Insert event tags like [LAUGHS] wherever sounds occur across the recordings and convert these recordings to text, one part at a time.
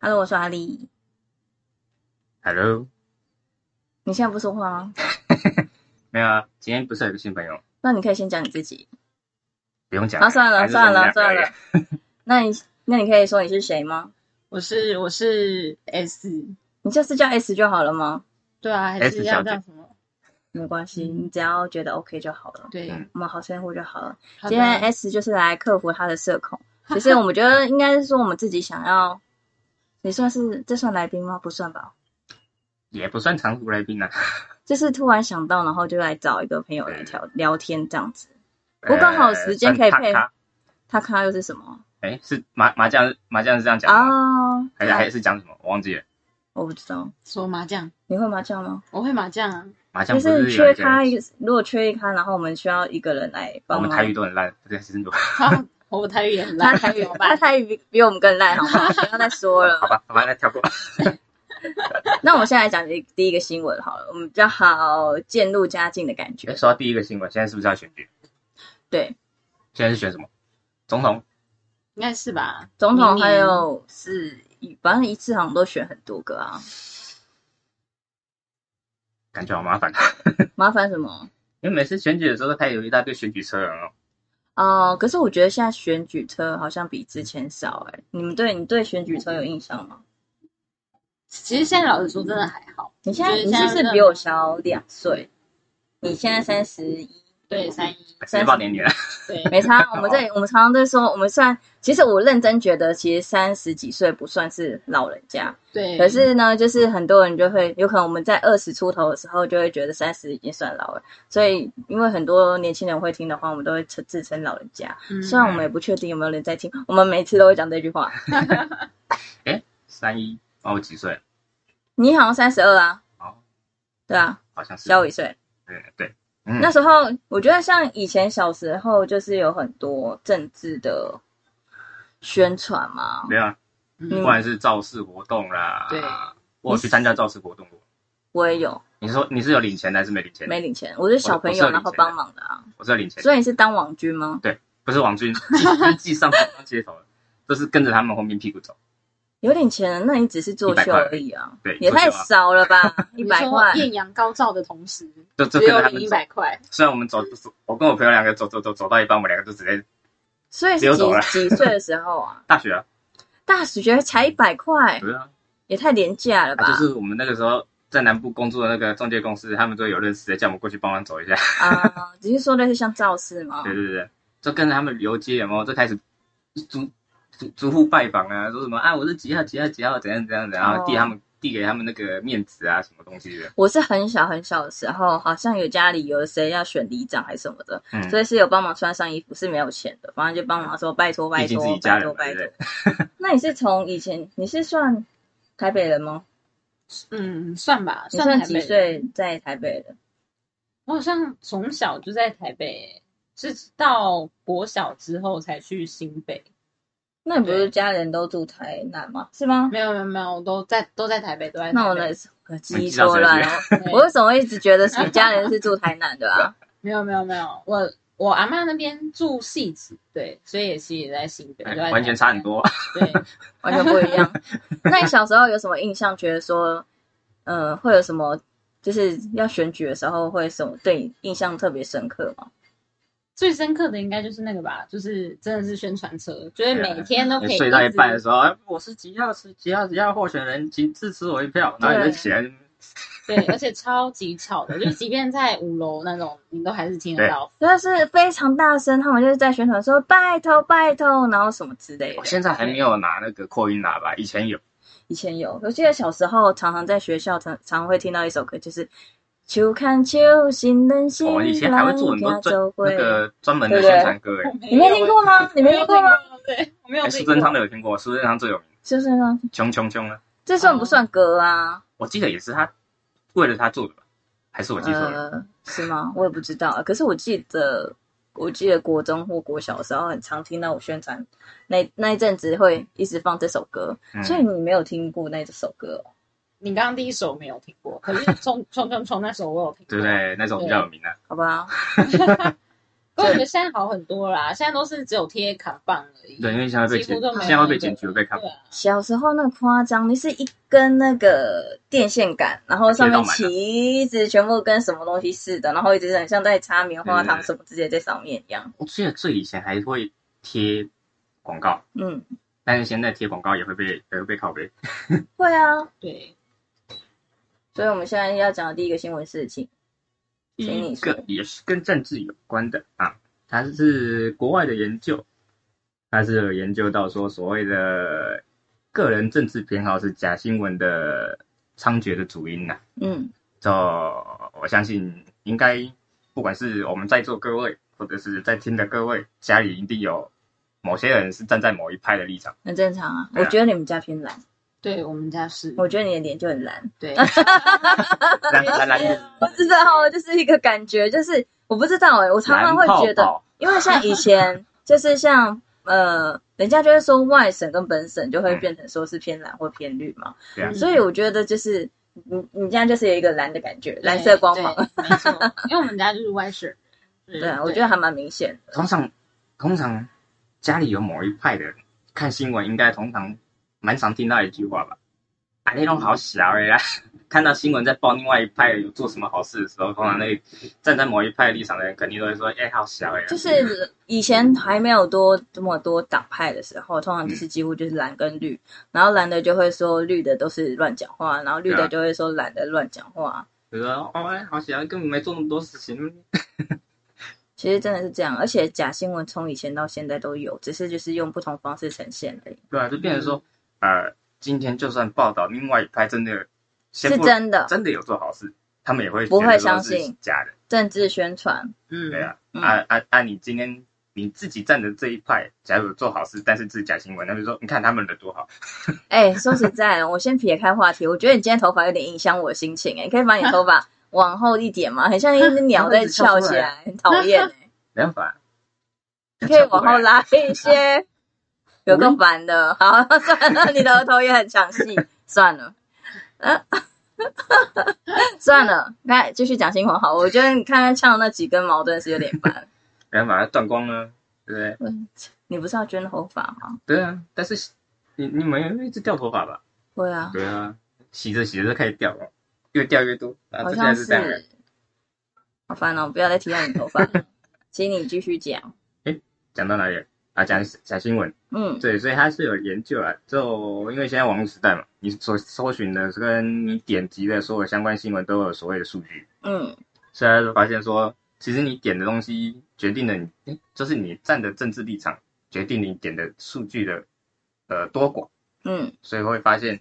Hello，我是阿丽。 Hello，你现在不说话吗？没有啊，今天不是有个新朋友，那你可以先讲你自己。不用讲啊，算了算了算。还是我们两个而了已。那你那你可以说你是谁吗？我是我是 S，你就是叫 S 就好了吗？对啊，还 S 是要小姐叫什么？没关系，嗯你只要觉得 OK 就好了。对，嗯我们好生活就好了。好的今天 S 就是来克服他的社恐。其实我们觉得应该是说我们自己想要，你算是这算来宾吗？不算吧，也不算常途来宾啊。就是突然想到，然后就来找一个朋嗯友来聊聊天这样子。我刚好有时间可以配呃呃算他。他看到又是什么哎，是麻麻将麻将是这样讲吗？啊？还是还是讲什么？我忘记了。我不知道，说麻将，你会麻将吗？我会麻将啊，麻将就不是缺有一个咖人，一个，如果缺一咖，然后我们需要一个人来我帮们忙。台语都很烂，不对，是 [LAUGHS] 真的。哈我台语也很烂，台语怎么他办？台语比比我们更烂， [LAUGHS] 好吗？不要再说好了。吧，好吧，那跳过。那我们现在来讲第第一个新闻好了，我们比较好渐入佳境的感哎，觉。说到第一个新闻，现在是不是要选举？对，现在是选什么？总统？应该是吧？ [LAUGHS] 总统明还年有是，反正一次好像都选很多个啊，感觉好麻烦，麻烦什么？因为每次选举的时候，他有一大堆选举车人哦。哦、可是我觉得现在选举车好像比之前少哎、你们对你对选举车有印象吗？其实现在老实说，真的还好。你现在我觉得你是现不在是真的比我小两岁？你现在三十一，对三一谁报年龄了？对 [LAUGHS] 没差。我们这里我们常常都说，我们算其实我认真觉得，其实三十几岁不算是老人家。嗯对，可是呢，就是很多人就会有可能我们在二十出头的时候就会觉得三十已经算老了，所以因为很多年轻人会听的话，我们都会自自称老人家。嗯虽然我们也不确定有没有人在听，我们每次都会讲这句话。三一，哦，我几岁？你好像三十二啊，哦，对啊，好像是。小我一岁。对对，嗯那时候我觉得像以前小时候就是有很多政治的宣传嘛，没有啊，嗯不然是造势活动啦。对，我有去参加造势活动过。我也有你说你是有领钱的还是没领钱？没，领钱，我是小朋我友是有领钱的然后帮忙的啊，我是有领钱的，所以你是当网军吗？不是王军，经济上当街头的，都是跟着他们后面屁股走。有领钱了，那你只是作100秀块而已啊，对也太作秀啊少了 [LAUGHS] 吧，一你百说块。艳阳高照的同时，就就只跟有着他领们一走。百块，虽然我们走，我跟我朋友两个走走走走到一半，我们两个就直接所以是溜几走了几岁的时候 [LAUGHS] 啊？大学啊，大学才一百块不，是啊，也太廉价了吧？啊就是我们那个时候在南部工作的那个中介公司，他们都有认识的，叫我们过去帮忙走一下。啊，只是说的是像造势吗？对对对，就跟着他们游街，有没有？就开始逐逐逐户拜访啊，说什么啊，我是几号几号几号，怎样怎样怎样，然后递他们递给他们那个面子啊，什么东西的。我是很小很小的时候，好像有家里有谁要选里长还是什么的，嗯所以是有帮忙穿上衣服，是没有钱的，反正就帮忙说拜托拜毕竟托自己家拜人托嘛拜对不托。那你是从以前你是算台北人吗？嗯，算吧，你算台几北。岁在台北的？我好像从小就在台北，是到国小之后才去新北。那你不是对家人都住台南吗？是吗？没有没有没有，我都在都在台北，都在台北。那我 [LAUGHS] 的记忆你知道错谁乱去了，对我为什么一直觉得你家人是住台南的啊？没有没有没有，我我阿妈那边住戏子，对，所以也其实也在新北，就在台哎完全差很多。北。对， [LAUGHS] 完全不一样。那你小时候有什么印象？觉得说，呃，会有什么？就是要选举的时候，会什么对你印象特别深刻吗？最深刻的应该就是那个吧，就是真的是宣传车，就是每天都可以睡到一半的直时候，哎，我是几号是几号几号候选人，请支持我一票，然后你就起来，对，而且超级 [LAUGHS] 吵的，就是即便在五楼那种，你都还是听得对到。真的是非常大声，他们就是在宣传说拜托拜托，然后什么之类我的。现在还没有拿那个扩音喇叭，以前有，以前有，我记得小时候常常在学校常常会听到一首歌，就是“秋看秋，行人行哦我以前还会做很多人家专走过那个专门的宣传歌，哎，你没听过吗？你没我没听有过听吗？？对，我没有哎听苏过。贞昌的有听过，苏贞昌最有名，就是呢，穷穷穷啊，这算不算歌啊？我记得也是他为了他做的吧，还是我记错了？呃，是吗？我也不知道啊。可是我记得，我记得国中或国小的时候，很常听到我宣传那那一阵子会一直放这首歌，嗯所以你没有听过那首歌哦、你刚刚第一首没有听过， [LAUGHS] 可是冲冲冲冲那首我有听过。对不对？那首比较有名啊。好吧？不过我觉得现在好很多啦，现在都是只有贴卡棒而已。对，因为现在被几检乎都，没有现在会被检举，会被看对。啊，小时候那个夸张，你是一根那个电线杆，然后上面旗子全部跟什么东西似的，然后一直很像在插棉花糖什么之类在上面一样。我记得最以前还会贴广告，嗯，但是现在贴广告也会被也会被拷贝。会啊。对，所以我们现在要讲的第一个新闻事情，请一你个说也是跟政治有关的啊，它是国外的研究，它是有研究到说所谓的个人政治偏好是假新闻的猖獗的主因呐、嗯，这我相信应该不管是我们在座各位，或者是在听的各位，家里一定有某些人是站在某一派的立场。很正常啊。对我啊觉得你们家偏蓝，对我们家是，我觉得你的脸就很蓝。 [LAUGHS] 对，蓝蓝蓝的不知道哦，就是一个感觉，就是我不知道哎、我常常蓝会泡觉得，泡，因为像以前 [LAUGHS] 就是像呃，人家就会说外省跟本省就会变成说是偏蓝或偏绿嘛，对啊 [LAUGHS] 嗯所以我觉得就是你你这样就是有一个蓝的感觉，蓝色光芒，对，没错，因为我们家就是外省，对对啊，我觉得还蛮明显的，通常通常家里有某一派的人看新闻，应该通常蛮常听到一句话吧：“啊，那种好小哎、啦。” [LAUGHS] 看到新闻在报另外一派有做什么好事的时候，通常那个站在某一派立场的人肯定都会说：“哎、好小哎、啦。就是以前还没有多这么多党派的时候，通常就是几乎就是蓝跟绿，然后蓝的就会说绿的都是乱讲话，然后绿对的啊就会说蓝的乱讲话，比如说：“哦，哎好小，根本没做那么多事情。”其实真的是这样，而且假新闻从以前到现在都有，只是就是用不同方式呈现而已，对啊，就变成说，呃，今天就算报道另外一派真的先是不真的真的有做好事，他们也会不觉得会说相是信假的，政治宣传，嗯对，啊，嗯啊啊啊！你今天你自己站的这一派，假如有做好事，但是是假新闻，他们就说你看他们的多好，哎、说实在，我先撇开话题，我觉得你今天头发有点影响我的心情、哎，你可以把你头 [LAUGHS] 发往后一点吗？很像一只鸟在翘起 [LAUGHS] 来，很讨厌、哎没办法，你可以往后拉一 [LAUGHS] 些，有够烦的。好， [LAUGHS] 算了，你的头也很抢 [LAUGHS] 戏，算了，呃算了，那继续讲新闻好。我觉得你看看呛那几根毛真的是有点 [LAUGHS] 烦。没办法，断光了，对不对？嗯你不是要捐头发吗？对啊，但是你你们一直掉头发吧？对啊，对啊，洗着洗着就开始掉了，越掉越多，啊，好这现在像是这样的。是。好烦哦！不要再提到你头发 [LAUGHS] 了，请你继续讲。讲到哪里了？啊，讲假新闻。嗯，对，所以它是有研究啊，就因为现在网络时代嘛，你所搜寻的跟你点击的所有相关新闻都有所谓的数据，嗯，所以他就发现说，其实你点的东西决定了你，诶就是你站的政治立场决定你点的数据的呃多寡，嗯，所以会发现，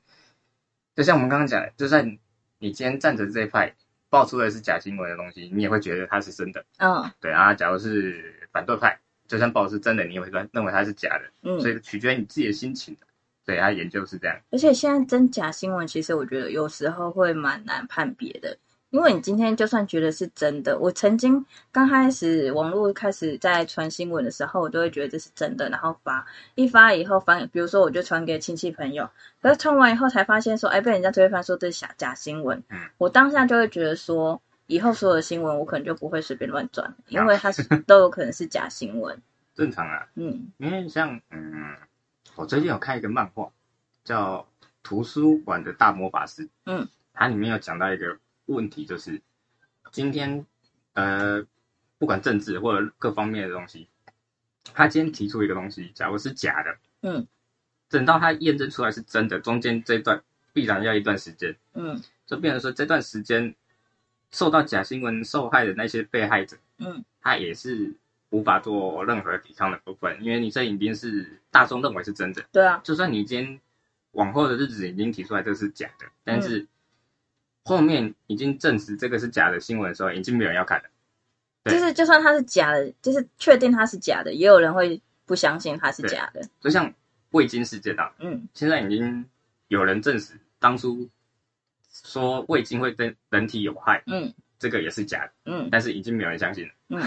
就像我们刚刚讲的，就算你今天站着这一派爆出的是假新闻的东西，你也会觉得它是真的，嗯，对啊，假如是反对派，就算爆的是真的，你也会认认为它是假的。所嗯，以取决于你自己的心情的。对，他研究是这样，而且现在真假新闻，其实我觉得有时候会蛮难判别的，因为你今天就算觉得是真的，我曾经刚开始网络开始在传新闻的时候，我都会觉得这是真的，然后发一发以后发，比如说我就传给亲戚朋友，可是传完以后才发现说，哎，被人家推翻说这是假假新闻嗯，我当下就会觉得说，以后所有的新闻我可能就不会随便乱转，因为它是都有可能是假新闻，正常啊。嗯因为像嗯，我最近有看一个漫画，叫《图书馆的大魔法师》。嗯，它里面有讲到一个问题，就是今天呃，不管政治或者各方面的东西，他今天提出一个东西，假如是假的，嗯，等到他验证出来是真的，中间这段必然要一段时间。嗯就变成说这段时间受到假新闻受害的那些被害者，嗯，他也是无法做任何抵抗的部分，因为你这已经是大众认为是真的，对啊，就算你今天往后的日子已经提出来这是假的，嗯但是后面已经证实这个是假的新闻的时候，已经没有人要看了。对就是就算它是假的，就是确定它是假的，也有人会不相信它是假的。就像味精事件啊，嗯现在已经有人证实当初说味精会对人体有害，嗯这个也是假的，嗯，但是已经没有人相信了。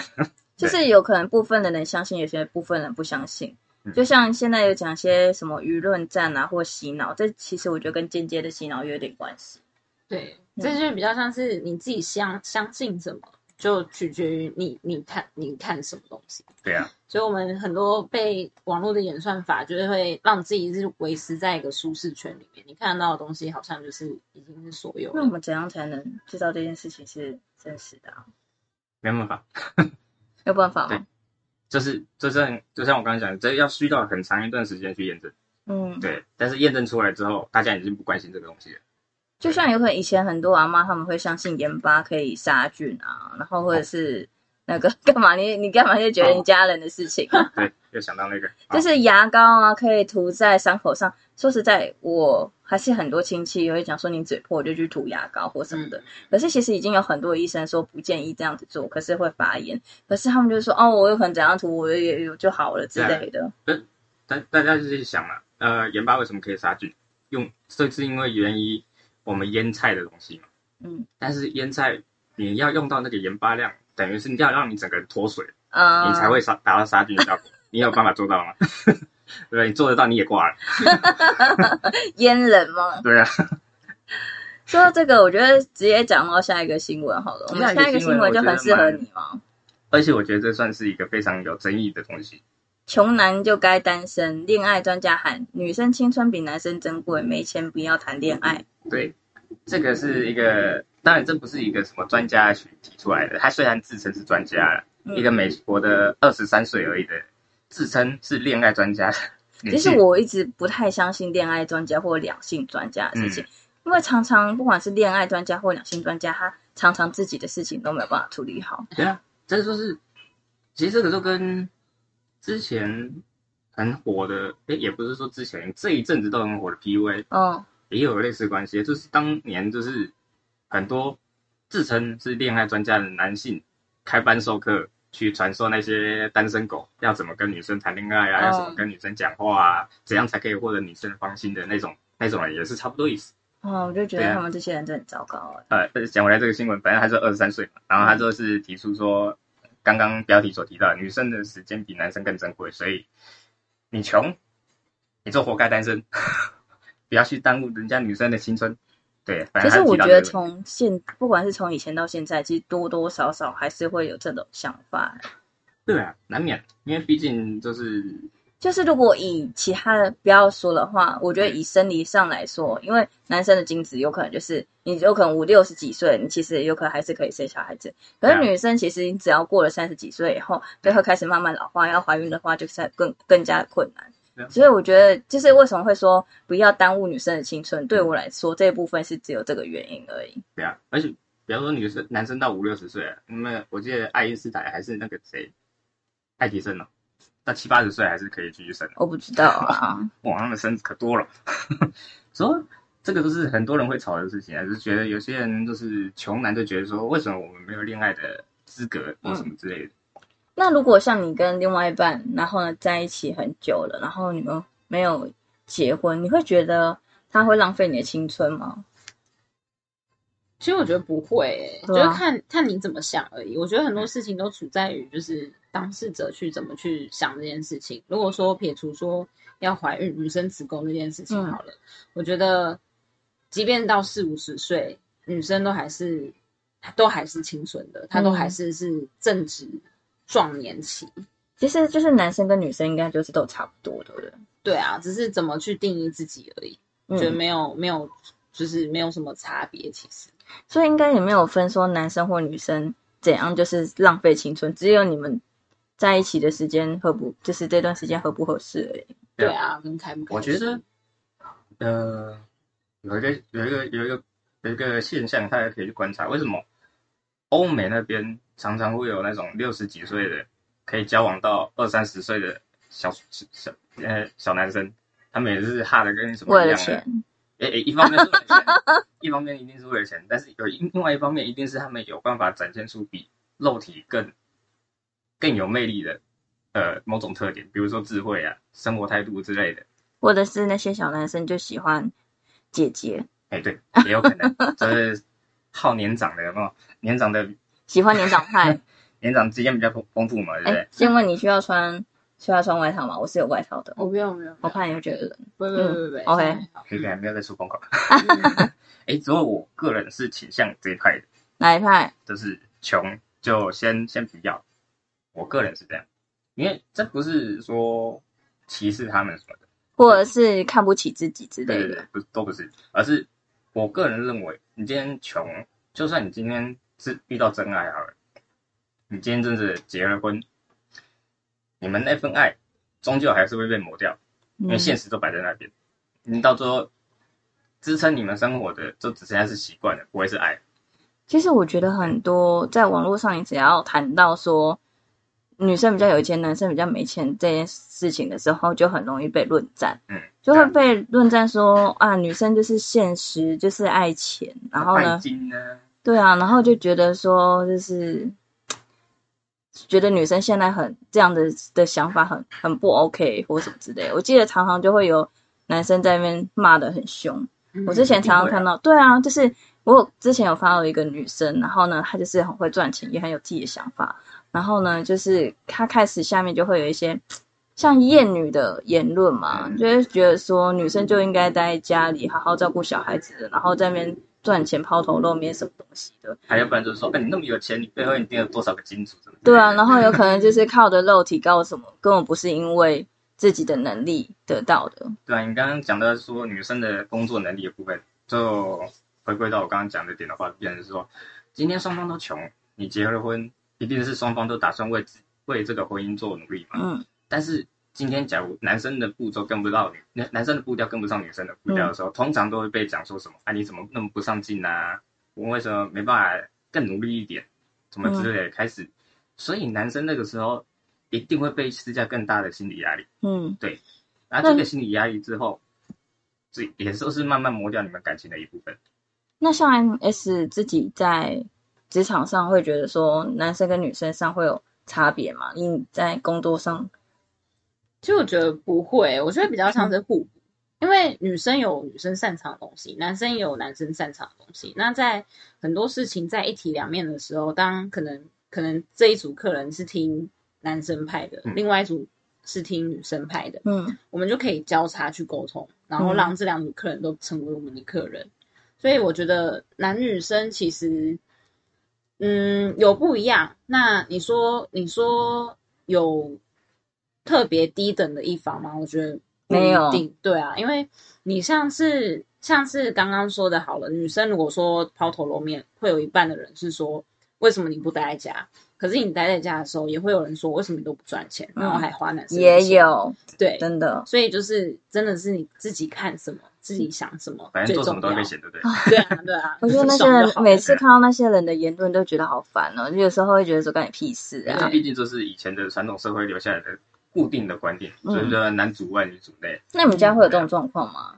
就是有可能部分的人相信，有些部分人不相信。嗯就像现在有讲些什么舆论战啊，或洗脑，这其实我觉得跟间接的洗脑有点关系。对，这就比较像是你自己相相信什么，就取决于你你看你看什么东西。对啊，所以我们很多被网络的演算法，就是会让自己是维持在一个舒适圈里面。你看得到的东西，好像就是已经是所有那我了。们怎样才能知道这件事情是真实的、啊？没办法，有办法吗？就是就是很就像我刚刚讲的，这要需要很长一段时间去验证。嗯，对，但是验证出来之后，大家已经不关心这个东西了。就像有可能以前很多阿妈他们会相信盐巴可以杀菌啊，然后或者是那个 [LAUGHS] 干嘛？你你干嘛就觉得你家人的事情啊？对，又想到那个，就啊是牙膏啊，可以涂在伤口上。说实在，我还是很多亲戚会讲说你嘴破就去涂牙膏或什么嗯的。可是其实已经有很多医生说不建议这样子做，可是会发炎。可是他们就说哦，我有可能怎样涂，我也有就好了之类的。大大家就是想嘛，呃，盐巴为什么可以杀菌？用这是因为源于我们腌菜的东西嘛。嗯。但是腌菜你要用到那个盐巴量，等于是要让你整个人脱水，啊，你才会杀达到杀菌的效果。你有办法做到吗？ [LAUGHS] 对不对？你做得到你也挂了。阉人吗？对啊。 [LAUGHS] 说到这个，我觉得直接讲到下一个新闻好了。我们下一个下一个新闻新闻就我觉得很适合蛮你嘛。而且我觉得这算是一个非常有争议的东西。穷男就该单身，恋爱专家喊女生青春比男生珍贵，没钱不要谈恋爱。对，这个是一个，当然这不是一个什么专家去提出来的，他虽然自称是专家啦，嗯一个美国的二十三岁而已的，自称是恋爱专家的女 [LAUGHS] 其实性，我一直不太相信恋爱专家或两性专家的事嗯情，因为常常不管是恋爱专家或两性专家，他常常自己的事情都没有办法处理好。对啊，这就是，其实这个就跟之前很火的，诶，也不是说之前这一阵子都很火的 PUA 嗯也有类似关系，就是当年就是很多自称是恋爱专家的男性开班授课，去传授那些单身狗要怎么跟女生谈恋爱啊，哦要怎么跟女生讲话啊，怎样才可以获得女生芳心的那种那种人，也是差不多意思。嗯，我就觉得对啊他们这些人真的很糟糕啊。呃，讲回来这个新闻，反正他是二十三岁嘛，然后嗯他就是提出说，刚刚标题所提到的，女生的时间比男生更珍贵，所以你穷，你就活该单身， [LAUGHS] 不要去耽误人家女生的青春。对，反可正是他我觉提到这得个，从现，不管是从以前到现在，其实多多少少还是会有这种想法。对啊，难免，因为毕竟就是就是如果以其他的不要说的话，我觉得以生理上来说，因为男生的精子有可能就是你有可能五六十几岁，你其实有可能还是可以生小孩子。可是对啊女生其实你只要过了三十几岁以后，就会开始慢慢老化，要怀孕的话就是更更加困对难。啊所以我觉得，就是为什么会说不要耽误女生的青春，对我来说这一部分是只有这个原因而已。对啊，而且比方说女生男生到五六十岁了，那么我记得爱因斯坦还是那个谁，爱迪生哦，到七八十岁还是可以继续生。我不知道 [LAUGHS] 啊，哇，他们生可多了。 [LAUGHS] 所以这个都是很多人会吵的事情啊，就是觉得有些人就是穷男就觉得说，为什么我们没有恋爱的资格或什么之类的？那如果像你跟另外一半，然后呢在一起很久了，然后你们没有结婚，你会觉得他会浪费你的青春吗？其实我觉得不会、欸，就对啊是看看你怎么想而已。我觉得很多事情都处在于就是当事者去怎么去想这件事情。如果说撇除说要怀孕、女生子宫这件事情嗯好了，我觉得即便到四五十岁，女生都还是都还是青春的，她都还是是正值壮年期。其实就是男生跟女生应该就是都差不多，对不对？对啊，只是怎么去定义自己而已，觉得嗯，没有没有就是没有什么差别，其实。所以应该也没有分说男生或女生怎样就是浪费青春，只有你们在一起的时间合不，就是这段时间合不合适而已。对对啊啊，跟开不开我觉心得，呃，有一个有一个有一个有一个现象，大家可以去观察，为什么欧美那边常常会有那种六十几岁的可以交往到二三十岁的小小呃小男生，他们也是哈的跟什么为一了样的钱。，诶、诶，一方面是为了钱， [LAUGHS] 一方面一定是为了钱，但是有一另外一方面一定是他们有办法展现出比肉体更更有魅力的呃某种特点，比如说智慧啊、生活态度之类的。或者是那些小男生就喜欢姐姐，哎、对，也有可能就是好年长的，有没有？年长的喜欢年长派。年长之间比较丰丰富嘛，对不对哎？，先问你需要穿需要穿外套吗？我是有外套的，我不用不用，我怕你会觉得冷。不不不不不，OK [LAUGHS] 可以，还没有在出风口。嗯哎、只不过我个人是倾向这一派的，哪一派？就是穷就先先不要。我个人是这样，因为这不是说歧视他们什么的，或者是看不起自己之对类对对的。，不都不是，而是我个人认为，你今天穷，就算你今天是遇到真爱好了，你今天真是结了婚，你们那份爱终究还是会被磨掉。因为嗯现实都摆在那边，你到最后支撑你们生活的，就只剩下是习惯了，不会是爱。其实我觉得很多在网络上，你只要谈到说女生比较有钱，男生比较没钱这件事情的时候，就很容易被论战，嗯，就会被论战说啊，女生就是现实，就是爱钱，然后拜呢，金呢？对啊，然后就觉得说就是。觉得女生现在很这样的的想法很很不 OK 或什么之类的，我记得常常就会有男生在那边骂的很凶，嗯我之前常常看到，对啊，就是我有之前有发到一个女生，然后呢，她就是很会赚钱，也很有自己的想法，然后呢，就是她开始下面就会有一些像厌女的言论嘛，就会觉得说女生就应该待在家里好好照顾小孩子，然后在那边赚钱抛头露面什么东西的，还有不然就是说，哎、你那么有钱，你背后你定了多少个金主？什么之类对的啊，然后有可能就是靠着肉体高什么，根本不是因为自己的能力得到的，对啊，你刚刚讲到说女生的工作能力的部分，就回归到我刚刚讲的点的话，变成是说，今天双方都穷，你结了婚，一定是双方都打算为自为这个婚姻做努力嘛。嗯但是今天假如男生的步骤跟不到女，男男生的步调跟不上女生的步调的时候，通常都会被讲说什么啊，你怎么那么不上进啊？我为什么没办法更努力一点？什么之类的，开始，所以男生那个时候一定会被施加更大的心理压力。嗯，然后这个心理压力之后，这也都是慢慢磨掉你们感情的一部分。那像 M S 自己在职场上会觉得说，男生跟女生上会有差别吗？你在工作上，其实我觉得不会，我觉得比较像是互补，因为女生有女生擅长的东西，男生也有男生擅长的东西。那在很多事情在一体两面的时候，当可能可能这一组客人是听男生派的，嗯另外一组是听女生派的，嗯我们就可以交叉去沟通，然后让这两组客人都成为我们的客人。所以我觉得男女生其实，嗯，有不一样。那你说，你说有特别低等的一方吗？我觉得不一没有定对啊，因为你像是像是刚刚说的，好了，女生如果说抛头露面，会有一半的人是说，为什么你不待在家？可是你待在家的时候，也会有人说，为什么你都不赚钱，然后还花男生的也钱有，对，真的，所以就是真的是你自己看什么，自己想什么，反正最做什重么都要。会被嫌，对不对？对啊，对啊。我觉得那些爽就好人每次看到那些人的言论，都觉得好烦哦。有时候会觉得说，干你屁事因为啊！这毕竟就是以前的传统社会留下来的固定的观点，嗯所以说男主外女主内。那你们家会有这种状况吗？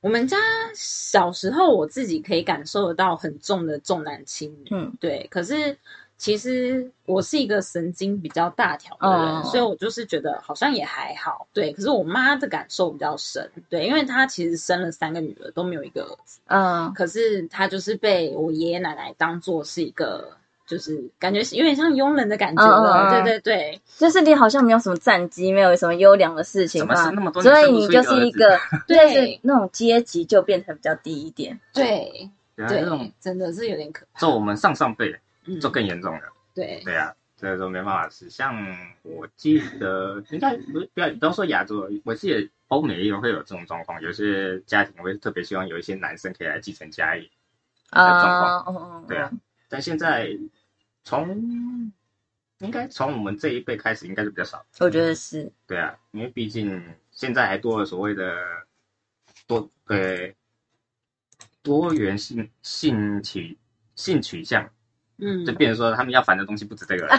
我们家小时候我自己可以感受得到很重的重男轻女，嗯，对。可是其实我是一个神经比较大条的人，哦所以我就是觉得好像也还好，对。可是我妈的感受比较深，对，因为她其实生了三个女儿都没有一个儿子。嗯可是他就是被我爷爷奶奶当做是一个，就是感觉是有点像佣人的感觉嗯嗯了。嗯对对对，就是你好像没有什么战绩，没有什么优良的事情怎么吧生那么，多所以你你生不出一个就是一儿个，就是对那种阶级就变成比较低一点。对对啊，这种对，真的是有点可怕。做我们上上辈嗯就，更严重了。对，对啊，所以说没办法吃。像我记得，应该不是不要，都说亚洲，我记得欧美也会有这种状况，有些家庭会特别希望有一些男生可以来继承家业。的状啊，况嗯嗯，对啊，但现在从应该从我们这一辈开始，应该是比较少。我觉得是，对啊，因为毕竟现在还多了所谓的多呃多元性性取性取向，嗯就，变成说他们要烦的东西不止这个了。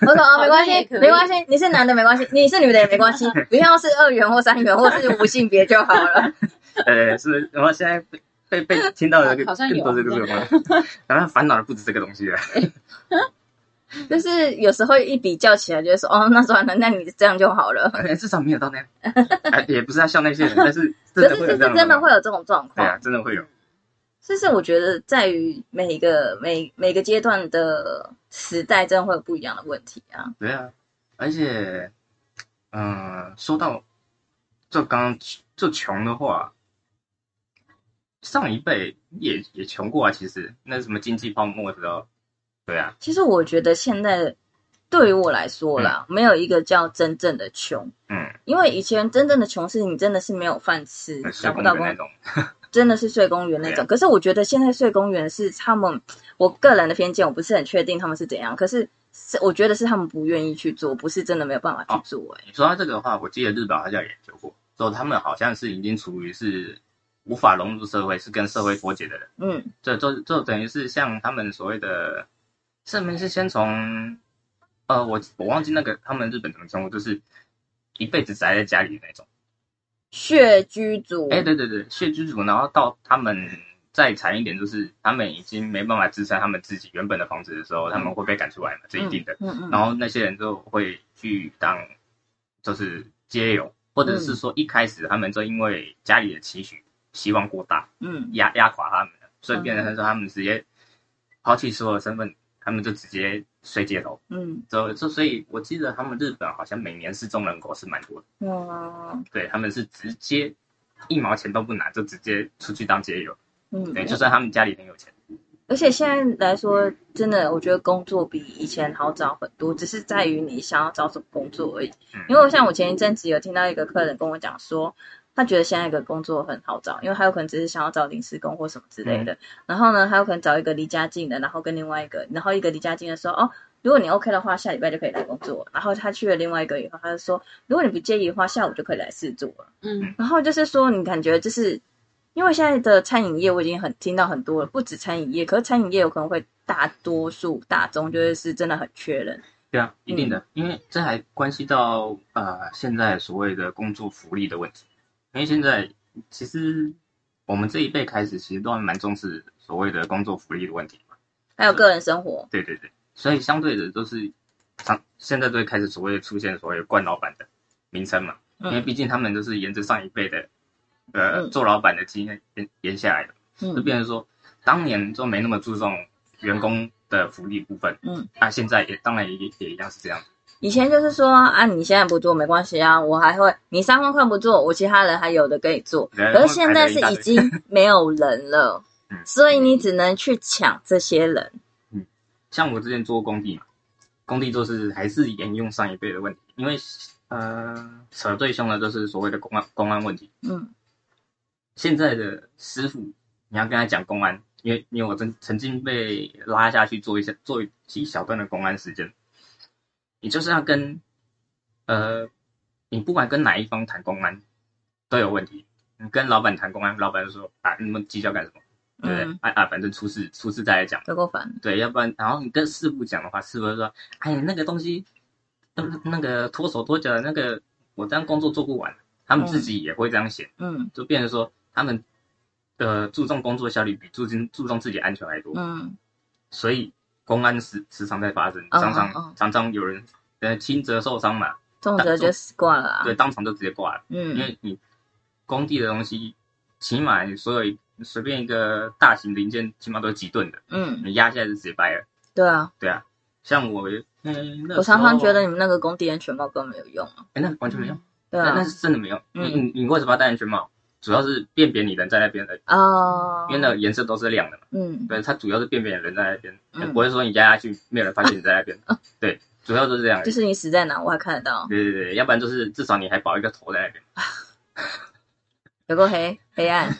我说哦，没关好像也系，可以没关系，你是男的没关系，你是女的也没关系，不要是二元或三元或是无性别就好了。 [LAUGHS] 呃，是，然后现在被被被听到的更好像更有多这个这个东西， [LAUGHS] 然后烦恼的不止这个东西了。就是有时候一比较起来，就会说哦，那算了，那你这样就好了。哎至少没有到 [LAUGHS] 那样，哎也不是要笑那些人，但是可真的是就会是有这样真的会状况有这种状对啊，况，真的会有。就是我觉得在于每一个每每个阶段的时代，真的会有不一样的问题啊。对啊，而且，嗯、说到就刚刚就穷的话，上一辈也也穷过啊。其实那什么经济泡沫的时候，对啊，其实我觉得现在对于我来说啦，没有一个叫真正的穷，嗯，因为以前真正的穷是你真的是没有饭吃，社找不工到的工那种，真的是睡公园那对啊种。可是我觉得现在睡公园是他们，我个人的偏见，我不是很确定他们是怎样。可是是我觉得是他们不愿意去做，不是真的没有办法去做、欸。你说到这个的话，我记得日本好像有研究过，说他们好像是已经处于是无法融入社会，是跟社会脱节的人。嗯，这就就等于是像他们所谓的，这边是先从，呃，我我忘记那个他们日本怎么称呼，就是一辈子宅在家里的那种。血居族，哎、对对对，血居族，然后到他们再惨一点，就是他们已经没办法支撑他们自己原本的房子的时候，他们会被赶出来嘛，这一定的。嗯嗯，然后那些人就会去当就是街友，或者是说一开始他们就因为家里的期许希望过大，嗯压压垮他们了，所以变成说他们直接抛弃所有身份，他们就直接睡街头。嗯就就所以，我记得他们日本好像每年失踪人口是蛮多的，嗯对他们是直接一毛钱都不拿就直接出去当街友，嗯，对，就算他们家里很有钱，而且现在来说，真的我觉得工作比以前好找很多，只是在于你想要找什么工作而已。因为像我前一阵子有听到一个客人跟我讲说，他觉得现在一个工作很好找，因为他有可能只是想要找临时工或什么之类的。然后呢，他有可能找一个离家近的，然后跟另外一个，然后一个离家近的说，哦，如果你 OK 的话，下礼拜就可以来工作。然后他去了另外一个以后，他就说，如果你不介意的话，下午就可以来试做了。嗯然后就是说，你感觉就是因为现在的餐饮业，我已经很听到很多了，不止餐饮业，可是餐饮业有可能会大多数大众就是是真的很缺人。对啊，一定的，嗯因为这还关系到呃现在所谓的工作福利的问题。因为现在其实我们这一辈开始，其实都还蛮重视所谓的工作福利的问题嘛。还有个人生活，对对对，所以相对的都是，常现在都会开始所谓的出现所谓的“惯老板”的名称嘛，因为嗯毕竟他们都是沿着上一辈的呃嗯做老板的经验延延下来的。就嗯变成说，当年就没那么注重员工的福利部分，嗯，那、现在也当然也也一样是这样。以前就是说啊，你现在不做没关系啊，我还会，你三万块不做，我其他人还有的给你做。可是现在是已经没有人了 [LAUGHS] 嗯，所以你只能去抢这些人。像我之前做工地嘛，工地就是还是沿用上一辈的问题，因为呃扯最凶的就是所谓的公安公安问题。嗯现在的师傅，你要跟他讲公安，因为因为我曾曾经被拉下去做一下做一一小段的公安时间，你就是要跟呃，你不管跟哪一方谈公安都有问题。你跟老板谈公安，老板就说啊，你们计较干什么？对不对？嗯，啊啊，反正出事出事再来讲。有够烦。对，要不然，然后你跟师傅讲的话，师傅就说：“哎呀，那个东西，那那个脱手脱脚的那个，我这样工作做不完。”他们自己也会这样写，嗯就变成说他们呃注重工作效率比注重注重自己安全还多，嗯所以公安时时常在发生，嗯常常、嗯嗯常常有人呃轻则受伤嘛，重则就死挂了啊对，。当场就直接挂了，因嗯为你工地的东西，起码你所有随便一个大型零件起码都是几吨的，嗯，你压下来就直接掰了。对啊，对啊，像我，嗯，那我时候常常觉得，你们那个工地人全貌根本没有用啊。哎、那完全没用，对那啊那，是真的没用。嗯你你你为什么要戴安全帽？主要是辨别你人在那边的，啊因为那个颜色都是亮的嘛。嗯对，它主要是辨别人在那边，嗯不会说你压下去，没有人发现你在那边。对，主要就是这样而已。就是你死在哪我还看得到，对对对，要不然就是至少你还保一个头在那边。有够黑黑暗。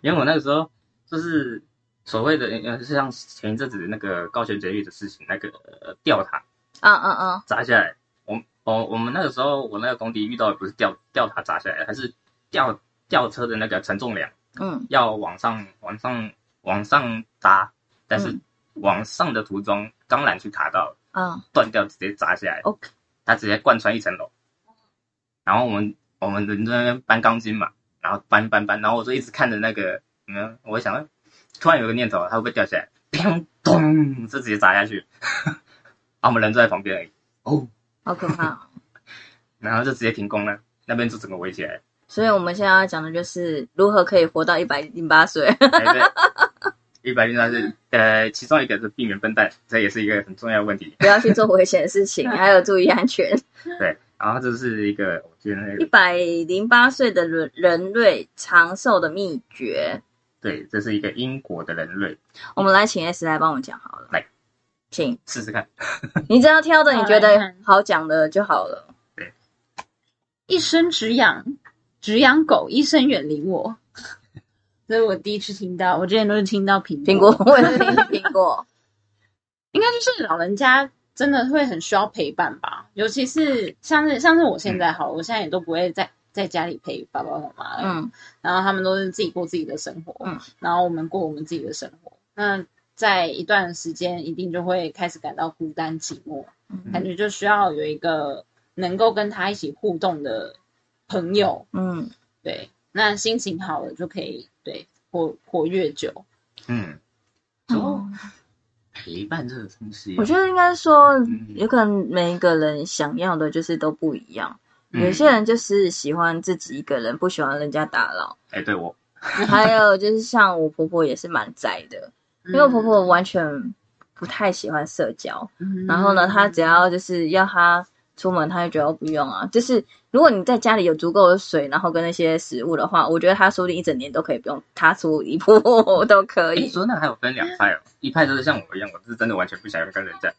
因为我那个时候就是所谓的，呃，就像前一阵子那个高悬绝育的事情，那个、呃、吊塔啊啊啊！砸下来。我们哦，我们那个时候我那个工地遇到的不是吊吊塔砸下来，还是吊吊车的那个承重梁嗯要往上往上往上搭，但是嗯往上的途中钢缆去卡到了啊断掉，直接砸下来， ，OK，它直接贯穿一层楼。然后我们我们人在那边搬钢筋嘛，然后搬搬搬，然后我就一直看着那个，嗯，我想哎突然有个念头，啊它会不会掉下来？砰咚，就直接砸下去。 [LAUGHS] 啊，我们人就在旁边而已。哦，好可怕哦。然后就直接停工了，那边就整个围起来。所以我们现在要讲的就是如何可以活到一百零八岁。 [LAUGHS] 哎对，一百零三是呃，其中一个是避免笨蛋，这也是一个很重要的问题。不要去做危险的事情，还有注意安全。对，然后这是一个我觉得那一个百零八岁的人人类长寿的秘诀，对，这是一个英国的人类，我们来请 S 来帮我们讲好了。来，请试试看。你只要挑着你觉好来得看好讲的就好了。一生只养只养狗，医生远离我。 [LAUGHS] 这是我第一次听到，我之前都是听到苹苹果，我也是听苹 [LAUGHS] 果，应该就是老人家真的会很需要陪伴吧，尤其是像是像是我现在好了，我现在也都不会在在家里陪爸爸妈妈了，嗯，然后他们都是自己过自己的生活，嗯然后我们过我们自己的生活。那在一段时间，一定就会开始感到孤单寂寞，嗯感觉就需要有一个能够跟他一起互动的朋友。嗯，对，那心情好了就可以对活活越久。嗯，哦，陪伴这个东西啊，我觉得应该说，嗯有可能每一个人想要的就是都不一样。嗯有些人就是喜欢自己一个人，不喜欢人家打扰。哎、对我，还有就是像我婆婆也是蛮宅的，因为我婆婆完全不太喜欢社交。嗯，然后呢，她只要就是要她出门，她就觉得哦不用啊。就是如果你在家里有足够的水，然后跟那些食物的话，我觉得她说不定一整年都可以不用，她出一步 [LAUGHS] 都可哎、你以。说那还有分两派哦，一派就是像我一样，我是真的完全不想要跟人家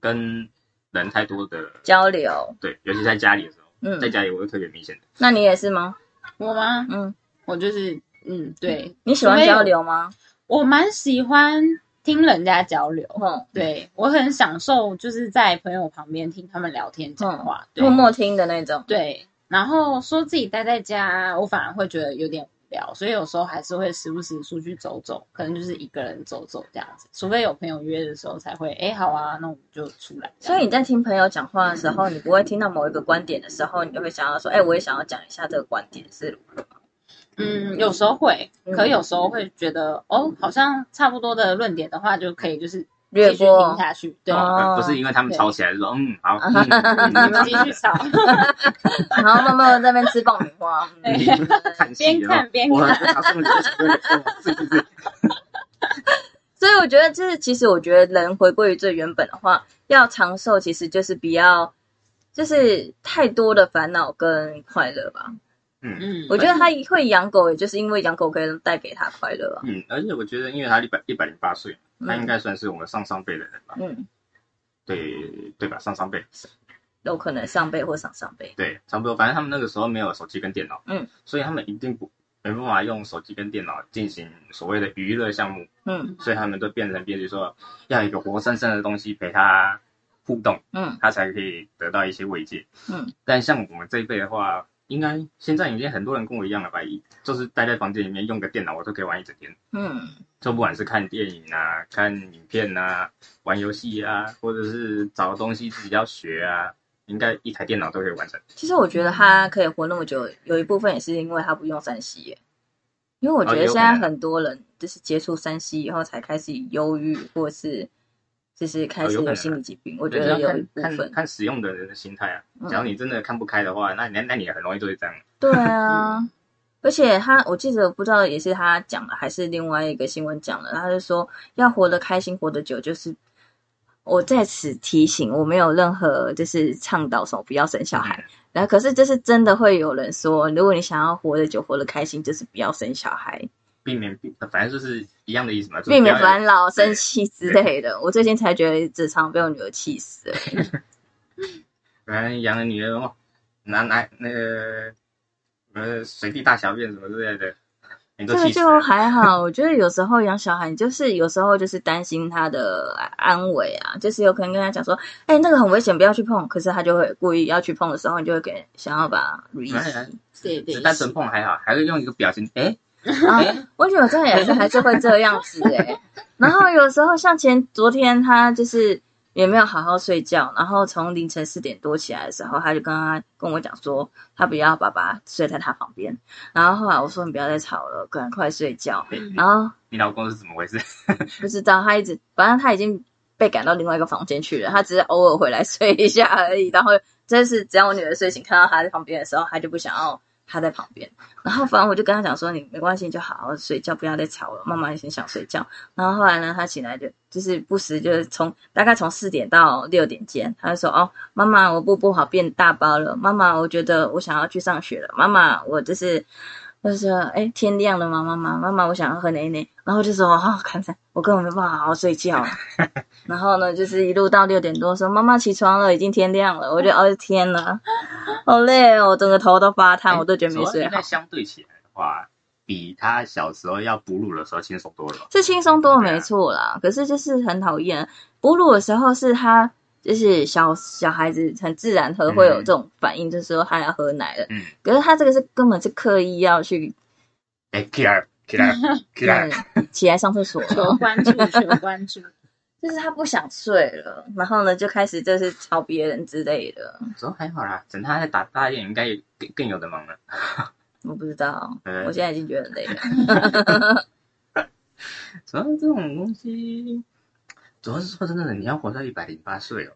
跟人太多的，交流，对，尤其在家里的时候，嗯在家里我是特别明显的，那你也是吗？我吗？嗯，我就是嗯，对你喜欢交流吗？我蛮喜欢听人家交流。嗯，对我很享受，就是在朋友旁边听他们聊天讲话。嗯对默默听的那种。对，然后说自己待在家，我反而会觉得有点无聊，所以有时候还是会时不时出去走走，可能就是一个人走走这样子，除非有朋友约的时候才会，哎，好啊，那我们就出来这所样。以你在听朋友讲话的时候，你不会听到某一个观点的时候，你就会想要说，哎、我也想要讲一下这个观点是嗯，有时候会，嗯可有时候会觉得，哦，好像差不多的论点的话，就可以就是略继续听过。下去，对，哦呃不是因为他们吵起来就说，嗯，好，嗯，你 [LAUGHS] 们继嗯续 [LAUGHS] 吵。 [LAUGHS] 然后慢慢在那边吃爆米花， [LAUGHS] 嗯对看戏啊边看边看我我早上就想说哦是是是，所以我觉得，这是其实我觉得人回归于最原本的话，要长寿其实就是比较，就是太多的烦恼跟快乐吧。嗯嗯，我觉得他会养狗，也就是因为养狗可以带给他快乐啊。嗯，而且我觉得，因为他一百一百零八岁，他应嗯该算是我们上上辈的人吧，嗯，对对吧？上上辈，有可能上辈或上上辈。对，差不多。反正他们那个时候没有手机跟电脑，嗯，所以他们一定不没办法用手机跟电脑进行所谓的娱乐项目，嗯所以他们都变成，比如说要有一个活生生的东西陪他互动，嗯他才可以得到一些慰藉。嗯，但像我们这一辈的话，应该现在已经很多人跟我一样了吧？一就是待在房间里面用个电脑，我都可以玩一整天。嗯，就不管是看电影啊、看影片啊、玩游戏啊，或者是找东西自己要学啊，应该一台电脑都可以完成。其实我觉得他可以活那么久，有一部分也是因为他不用三 C 耶。因为我觉哦得有可现在能很多人就是接触三 C 以后才开始忧郁，或是就是开哦始有可能有啊心理疾病。我我觉得有一看部看分，看使用的人的心态啊嗯。假如你真的看不开的话，那那那你也很容易就会这样。对啊，而且他，我记得不知道也是他讲的，还是另外一个新闻讲的，他就说要活得开心，活得久，就是我在此提醒，我没有任何就是倡导什么不要生小孩。嗯然后，可是这是真的会有人说，如果你想要活得久、活得开心，就是不要生小孩，避免避，反正就是一样的意思嘛，就是避免不要有烦恼、生气之类的。我最近才觉得职场被我女儿气死了。反正养了女儿哦，拿拿那个呃随地大小便什么之类的，你都这个气死就了。还好，我觉得有时候养小孩，你就是有时候就是担心他的安危啊，就是有可能跟他讲说，哎、那个很危险，不要去碰。可是他就会故意要去碰的时候，你就会给想要把它 release 哎哎对只对，是单纯碰还好，还会用一个表情，哎、啊哎、，我女儿真的也是还是会这样子哎、 [LAUGHS] 然后有时候像前昨天她就是也没有好好睡觉，然后从凌晨四点多起来的时候，她就跟她跟我讲说，她不要爸爸睡在她旁边。然后后来我说你不要再吵了，赶快睡觉。然后你老公是怎么回事？ [LAUGHS] 不知道，他一直，反正他已经被赶到另外一个房间去了，他只是偶尔回来 [LAUGHS] 睡一下而已。然后真是只要我女儿睡醒，看到他在旁边的时候，他就不想要他在旁边。然后反正我就跟他讲说，你没关系，你就好好睡觉，不要再吵了。妈妈也很想睡觉。然后后来呢，他起来就就是不时就是从大概从四点到六点间，他就说哦，妈妈，我布布好变大包了。妈妈，我觉得我想要去上学了。妈妈，我就是我就说，哎、天亮了吗？妈妈，妈妈，我想要喝奶奶。然后就说，哦，看看，我根本没办法好好睡觉。然后呢，就是一路到六点多，说妈妈起床了，已经天亮了。我就，哦，天哪，好累哦，我整个头都发烫，哎我都觉得没睡因好为。相对起来的话，比他小时候要哺乳的时候轻松多了。是轻松多了，对啊没错啦。可是就是很讨厌哺乳的时候，是他就是小小孩子很自然和会有这种反应，就是说他要喝奶了。嗯，可是他这个是根本是刻意要去哎、起来，起来， [LAUGHS] 起来，嗯起来上厕 [LAUGHS] 所，求关注，求关注。就是他不想睡了，然后呢就开始就是吵别人之类的，主要还好啦，等他在打大雁，应该也更更有的忙了。我不知道，嗯我现在已经觉得很累了。主要这种东西，主要是说真的，你要活到一百零八岁哦，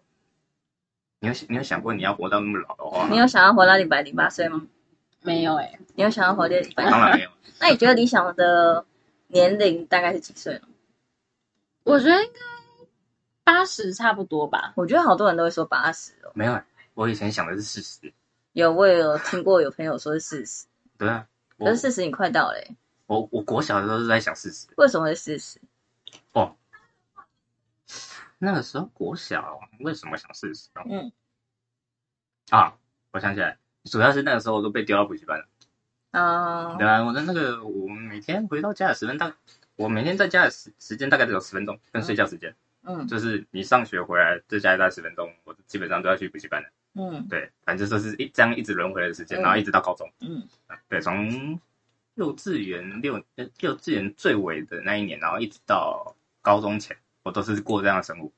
你有你有想过你要活到那么老的话？你有想要活到一百零八岁吗？没有哎、你有想要活到一百？当然没有，那你觉得理想的年龄大概是几岁呢？我觉得应该八十差不多吧。我觉得好多人都会说八十哦，没有。我以前想的是四十，有我也有听过有朋友说是四十。对啊，我可是四十你快到嘞、我我国小的时候是在想四十，为什么是四十？那个时候国小为什么想四十？嗯，啊，我想起来，主要是那个时候我都被丢到补习班了。啊、对啊，我的那个我每天回到家的时间大，我每天在家的时时间大概只有十分钟，跟睡觉时间，嗯就是你上学回来在家待十分钟，我基本上都要去补习班了。嗯对，反正就是一这样一直轮回的时间，嗯然后一直到高中。嗯，对，从幼稚园六呃幼稚园最尾的那一年，然后一直到高中前，我都是过这样的生活。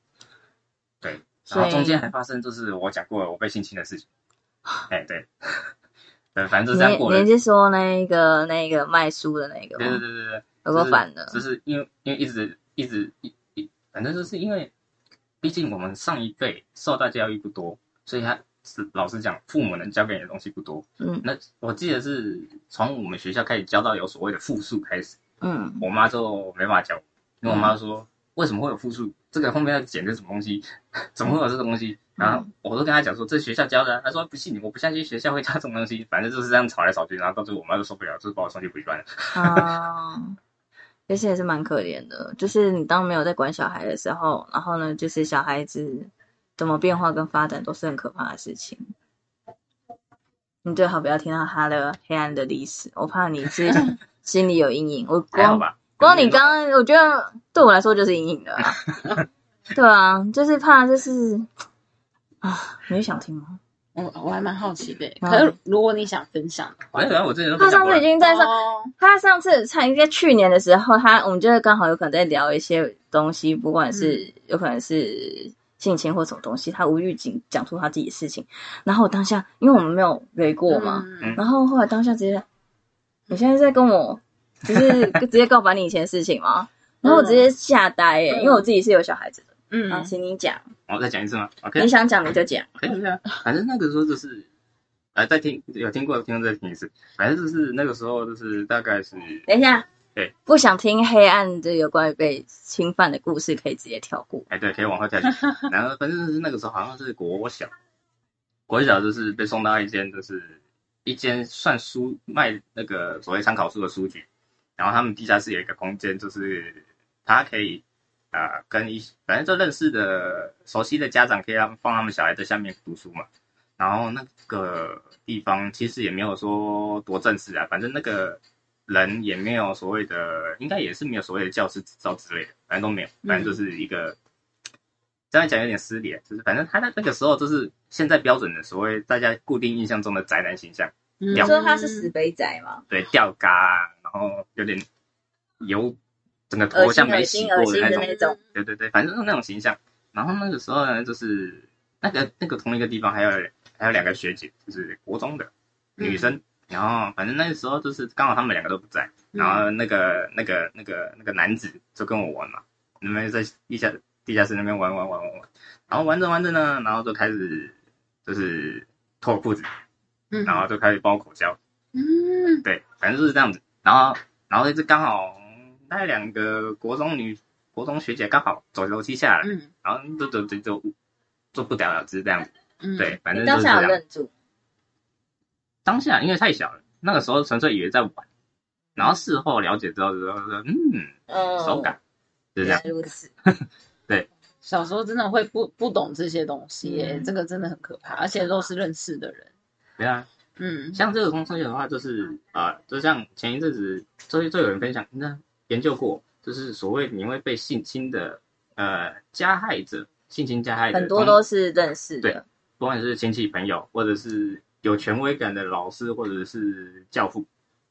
对，然后中间还发生就是我讲过的我被性侵的事情。哎，对， [LAUGHS] 对，反正就是这样过你的你。是说那个那个卖书的那个对对吗？对对对。有个反的，就是因为因为一直一直一一，反正就是因为，毕竟我们上一辈受到教育不多，所以他是老实讲，父母能教给你的东西不多。嗯那我记得是从我们学校开始教到有所谓的复数开始，嗯我妈就没办法教我，因为我妈说、为什么会有复数？这个后面要减是什么东西？ [LAUGHS] 怎么会有这个东西？然嗯后我都跟她讲说这是学校教的啊、她说不信你，我不相信学校会教这种东西。反正就是这样吵来吵去，然后到最后我妈就受不了，就是把我送去补习班了。啊，其实也是蛮可怜的。就是你当没有在管小孩的时候，然后呢，就是小孩子怎么变化跟发展都是很可怕的事情。你最好不要听到他的黑暗的历史，我怕你是 [LAUGHS] 心里有阴影。我还好光吧？哦光你刚刚，我觉得对我来说就是阴影了啦。对啊，就是怕就是啊，你想听吗？我嗯我还蛮好奇的、嗯可是如果你想分享的话没，有啊，我之前都他分享上过次已了。经在上，哦他上次参在去年的时候，他我们就是刚好有可能在聊一些东西，不管是、有可能是性侵或什么东西，他无预警讲出他自己的事情，然后我当下因为我们没有围过嘛，嗯然后后来当下直接，你现在在跟我就是直接告白你以前的事情 [LAUGHS] 吗？然后我直接吓呆耶、嗯因为我自己是有小孩子的。嗯啊，请你讲，我哦再讲一次吗？OK，你想讲你就讲。可以可以嗯啊。反正那个时候就是，呃，再听有听过的听众再听一次。反正就是那个时候就是大概是，等一下，对，不想听黑暗的有关于被侵犯的故事，可以直接跳过。哎，对，可以往后跳去。然后反正就是那个时候好像是国小，国小就是被送到一间就是一间算书卖那个所谓参考书的书局，然后他们地下室有一个空间，就是他可以。啊、跟一反正就认识的熟悉的家长，可以让放他们小孩在下面读书嘛。然后那个地方其实也没有说多正式啊，反正那个人也没有所谓的，应该也是没有所谓的教师执照之类的，反正都没有，反正就是一个。这样讲有点失礼，就是反正他在那个时候就是现在标准的所谓大家固定印象中的宅男形象，嗯你两说他是死肥仔吗？对，吊嘎啊，然后有点油，整个头像没洗过的那种那种，对对对，反正就是那种形象。然后那个时候呢，就是那个那个同一个地方还有还有两个学姐，就是国中的女生。然后反正那个时候就是刚好他们两个都不在，嗯然后那个那个那个那个男子就跟我玩嘛，你们在地下地下室那边玩玩玩玩玩，然后玩着玩着呢，然后就开始就是脱我裤子，嗯然后就开始帮我口交。嗯对，反正就是这样子。然后，然后就刚好那两个国中女、国中学姐刚好走楼梯下来，嗯然后就就就就就不了了之这样子。嗯，对，反正你就当是这下有样。愣住，当下因为太小了，那个时候纯粹以为在玩，然后事后了解之后，就说嗯，嗯，手感就原这样来。如此，小时候真的会不不懂这些东西耶、嗯这个真的很可怕，而且都是认识的人。对啊，嗯，像这个公司的话，就是呃，就像前一阵子就就有人分享，那研究过，就是所谓你会被性侵的呃加害者，性侵加害者很多通都是认识的，不管是亲戚朋友，或者是有权威感的老师，或者是教父，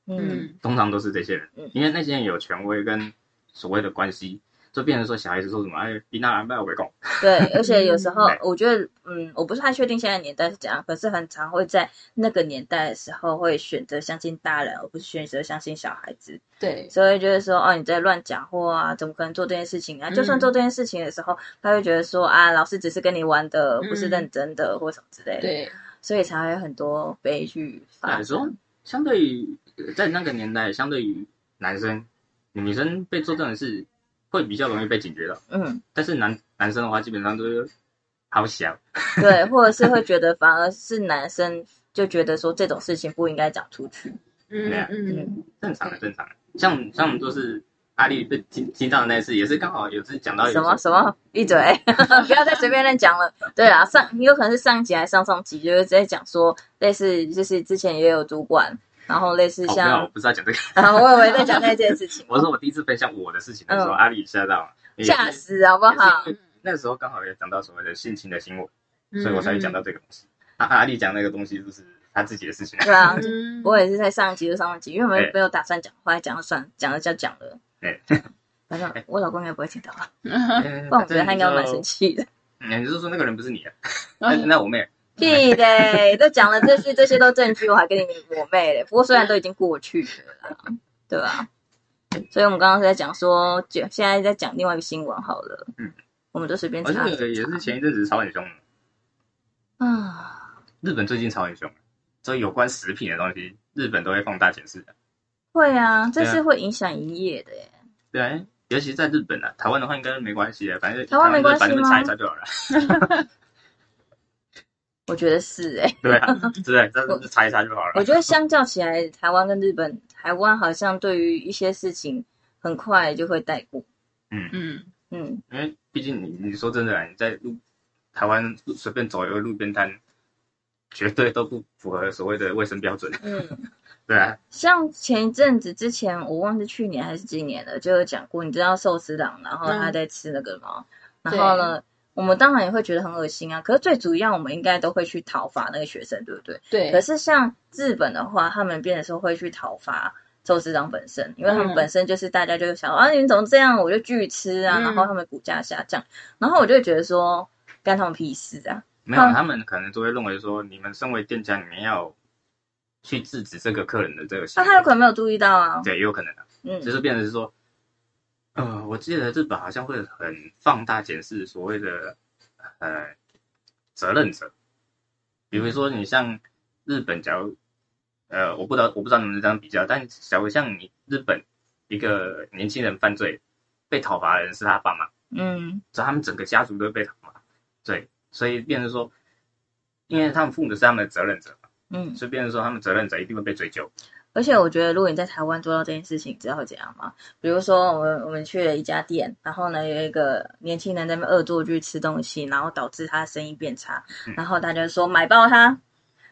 嗯，嗯，通常都是这些人嗯，因为那些人有权威跟所谓的关系，就变成说小孩子说什么哎，比那兰拜为公，对，而且有时候对我觉得，嗯，我不是太确定现在年代是怎样，可是很常会在那个年代的时候会选择相信大人，而不是选择相信小孩子，对，所以就是说，哦，你在乱讲话啊，怎么可能做这件事情啊？就算嗯做这件事情的时候，他会觉得说啊，老师只是跟你玩的，嗯不是认真的，或什么之类的，对，所以才会有很多悲剧发那时候生。哎相对于呃在那个年代，相对于男生，女生被做这种事会比较容易被警觉到，嗯，但是男男生的话基本上都是好小，对，或者是会觉得反而是男生就觉得说这种事情不应该讲出去。嗯对啊嗯，正常的正常的。像像就是阿丽被听听到的那一次，也是刚好有次讲到有什么些什么，闭嘴！ [LAUGHS] 不要再随便乱讲了。对啊，上有可能是上集还是上上集，就是在讲说类似，就是之前也有主管，然后类似哦，不要， [LAUGHS] 我像，不是要讲这个， [LAUGHS] 然后我以为在讲那件事情，我说我第一次分享我的事情的时候，嗯阿丽吓到了，也是吓死好不好？也是因为那时候刚好也讲到所谓的性侵的新闻，嗯所以我才会讲到，这个东西。啊阿阿丽讲那个东西就是她自己的 [LAUGHS] 事情，对啊，嗯，我也是在上集就上上集，因为我们哎没有打算讲，后来讲了算，讲了就讲了。哎 [LAUGHS] 反正我老公应该不会听到吧，嗯不然我觉得他应该蛮生反气 [LAUGHS] 的。正哎你是说那个人不是你啊？嗯那那我妹啊，屁嘞，都讲了这些，这些都证据，我还跟你我妹嘞。不过虽然都已经过去了啦，对吧？所以我们刚刚是在讲说，就现在在讲另外一个新闻好了。嗯，我们就随便我这查一个也是查。前一阵子吵很凶的，啊，日本最近吵很凶，所以有关食品的东西，日本都会放大检视的。会啊，这对啊是会影响营业的耶。对啊，尤其在日本啊，台湾的话应该没关系啊，反正台湾没关系吗反正查一查就好了。 [LAUGHS] 我觉得是哎，对啊，对，这是查一查就好了。我觉得相较起来，台湾跟日本，台湾好像对于一些事情很快就会带过。嗯，嗯，因为毕竟你你说真的啊，你在路台湾路随便走一个路边摊，绝对都不符合所谓的卫生标准。嗯，对啊，像前一阵子之前，我忘记去年还是今年了，就有讲过，你知道寿司郎，然后他在吃那个吗？然后呢，我们当然也会觉得很恶心啊。可是最主要，我们应该都会去讨伐那个学生，对不对？对可，是像日本的话，他们变的时候会去讨伐寿司郎本身，因为他们嗯本身就是大家就想、啊，你们怎么这样，我就拒吃啊，嗯然后他们股价下降，然后我就会觉得说，干他们屁事啊！没有嗯他们可能都会认为说，你们身为店家，你们要去制止这个客人的这个行那为。他有可能没有注意到啊，对，也有可能啊，嗯，就是变成是说，呃，我记得日本好像会很放大检视所谓的呃责任者，比如说你像日本，假如呃，我不知道我不知道能不能这样比较，但假如像你日本一个年轻人犯罪被讨伐的人是他爸妈，嗯所以他们整个家族都被讨伐，对，所以变成说，因为他们父母是他们的责任者嘛，嗯。所以变成说他们责任者一定会被追究，而且我觉得，如果你在台湾做到这件事情，你知道会怎样吗？比如说，我们我们去了一家店，然后呢，有一个年轻人在那边恶作剧吃东西，然后导致他生意变差，嗯然后大家就说买爆他，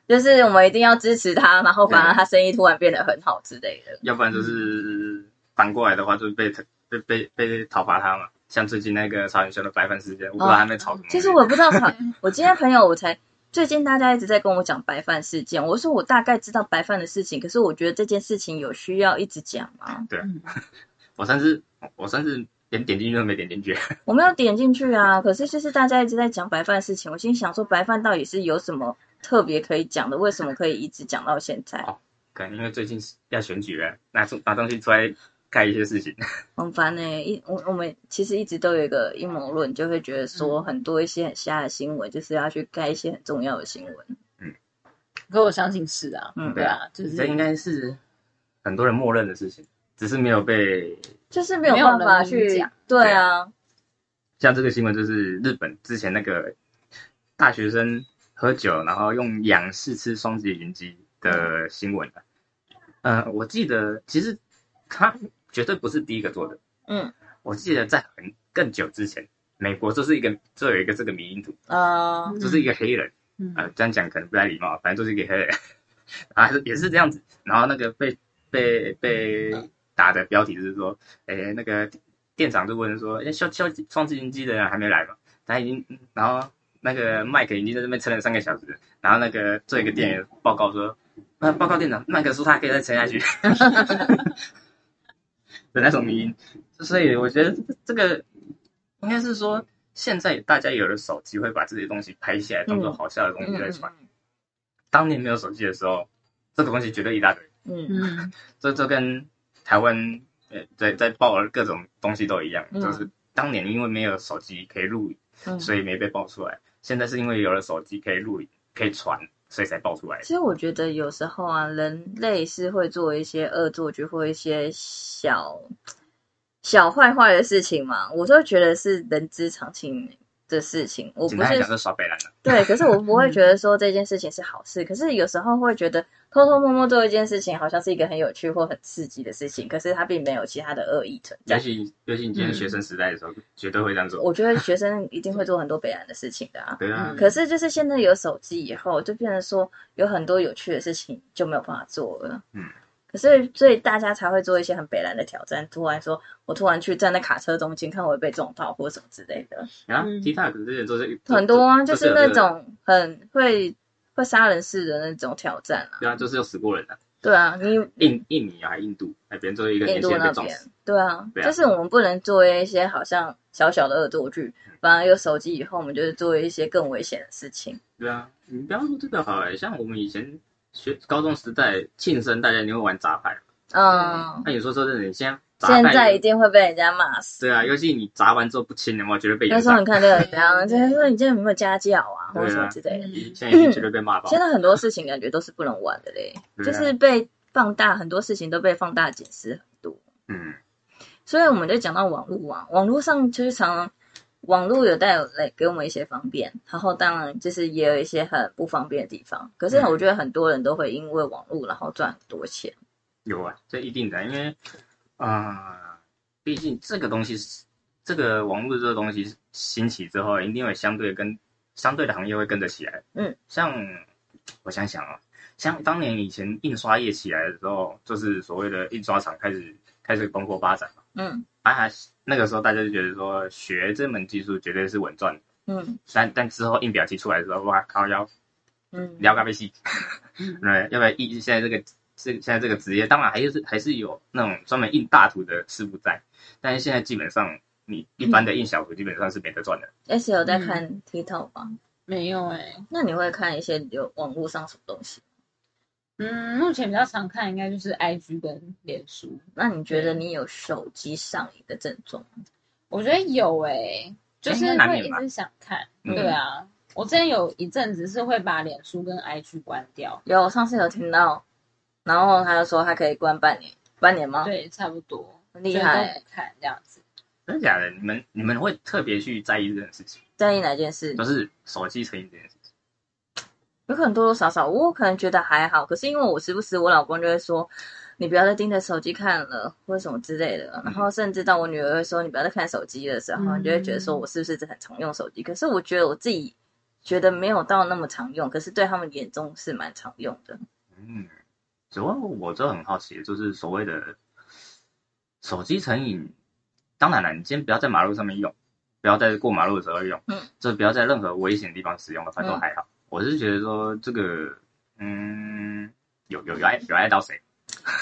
就是我们一定要支持他，然后反而他生意突然变得很好之类的。要不然就是反过来的话，就是被被被被讨伐他嘛。像最近那个曹云修的白饭事件，我不知道他们吵什么。其实我也不知道炒，嗯我今天朋友我才最近大家一直在跟我讲白饭事件，我说我大概知道白饭的事情，可是我觉得这件事情有需要一直讲吗？嗯我甚至我甚至连点进去都没点进去。 [LAUGHS] 我没有点进去啊，可是就是大家一直在讲白饭的事情，我心想说白饭到底是有什么特别可以讲的？为什么可以一直讲到现在？可能因为最近要选举了，拿出拿东西出来盖一些事情。很烦呢、一我我们其实一直都有一个阴谋论，就会觉得说很多一些很瞎的新闻，就是要去盖一些很重要的新闻。可我相信是啊，嗯对啊，就是这应该是很多人默认的事情，只是没有被就是没有办法没有人去讲对啊，像这个新闻就是日本之前那个大学生喝酒，然后用仰视吃双节云鸡的新闻啊呃，我记得其实他绝对不是第一个做的。嗯，我记得在很更久之前，美国就是一个就有一个这个迷因图，呃，就是一个黑人，嗯啊，这样讲可能不太礼貌，反正就是一个黑 [LAUGHS] 人，啊，也是这样子。然后那个被被被打的标题就是说，哎、那个店长就问说，哎、消消双自行机的人还没来嘛？他已经，然后那个麦克已经在这边撑了三个小时了，然后那个做一个店员报告说，呃，报告店长，麦克说他可以再撑下去， [LAUGHS] 的那种迷因。所以我觉得这个应该是说。现在大家有了手机，会把这些东西拍下来，当做好笑的嗯东西在传。当年没有手机的时候，这个东西绝对一大堆。嗯嗯嗯，这这跟台湾呃在在报的各种东西都一样，嗯就是当年因为没有手机可以录影，嗯，所以没被爆出来。现在是因为有了手机可以录影、可以传，所以才爆出来。其实我觉得有时候啊，人类是会做一些恶作剧或一些小小坏坏的事情嘛，我都觉得是人之常情的事情。我简不单来是讲，是耍白兰了。对，可是我不会觉得说这件事情是好事，可是有时候会觉得偷偷摸摸做一件事情，好像是一个很有趣或很刺激的事情，可是它并没有其他的恶意存尤在。其尤其你今天学生时代的时候，绝对会这样做。我觉得学生一定会做很多北然的事情的啊。对啊嗯，可是就是现在有手机以后，就变成说有很多有趣的事情就没有办法做了。嗯，可是所以大家才会做一些很北然的挑战，突然说我突然去站在卡车中间，看我会被撞到或什么之类的，然后嗯 TikTok 这些都是很多啊，都就是有那这个种很会会杀人式的那种挑战啊。对啊，就是有死过人的，对啊，你印印尼啊，还印度，哎，别人作为一个印年度轻人那被撞边死，，对啊，对啊就是我们不能做一些好像小小的恶作剧，嗯反而有手机以后，我们就是做一些更危险的事情。对啊，你不要说这个好了、像我们以前学高中时代庆生，大家你会玩杂牌，嗯，那、你说说真的，你现在杂现在牌一，定会被人家骂死。对啊，尤其你砸完之后不清，有没有觉得被那延时候上你？看这个怎样，就是说你今天有没有家教啊，对啊或者什么之类的。嗯现在已经绝对被骂 [LAUGHS] 爆现，在很多事情感觉都是不能玩的嘞，对啊就是被放大，很多事情都被放大解释很多。嗯，所以我们就讲到网络啊，网络上就是常常网络有带来给我们一些方便，然后当然就是也有一些很不方便的地方。可是嗯我觉得很多人都会因为网络然后赚很多钱。有啊，这一定的，因为啊、呃毕竟这个东西是这个网络这个东西兴起之后，一定会相对跟相对的行业会跟着起来，嗯，像我想想啊，像当年以前印刷业起来的时候，就是所谓的印刷厂开始开始蓬勃发展嘛。嗯啊，那个时候大家就觉得说学这门技术绝对是稳赚的，嗯但但之后印表机出来的时候，哇靠要嗯，聊咖啡系，对，要不然印现在这个这现在这个职业，当然还是还是有那种专门印大图的师傅在，但是现在基本上你一般的印小图基本上是没得赚的， S 有嗯在看 TikTok 吗？没有哎，那你会看一些有网络上什么东西？嗯，目前比较常看应该就是 IG 跟脸书，那你觉得你有手机上瘾的症状吗？我觉得有哎、就是应该难会免一吧直想看，嗯对啊。我之前有一阵子是会把脸书跟 IG 关掉，有，我上次有听到，然后他就说他可以关半年，半年吗？对，差不多，厉害欸所以都不看这样子。真的假的？你们你们会特别去在意这件事情，在意哪件事？就是手机成瘾这件事情。有可能多多少少，我可能觉得还好，可是因为我时不时我老公就会说，你不要再盯着手机看了，或者什么之类的。然后甚至到我女儿会说，你不要再看手机的时候，嗯你就会觉得说我是不是很常用手机？可是我觉得我自己觉得没有到那么常用，可是对他们眼中是蛮常用的。嗯，主要我就很好奇，就是所谓的手机成瘾。当然了，你今天不要在马路上面用，不要在过马路的时候用，嗯，就不要在任何危险的地方使用的话都还好。我是觉得说这个，嗯，有有有爱有爱到谁？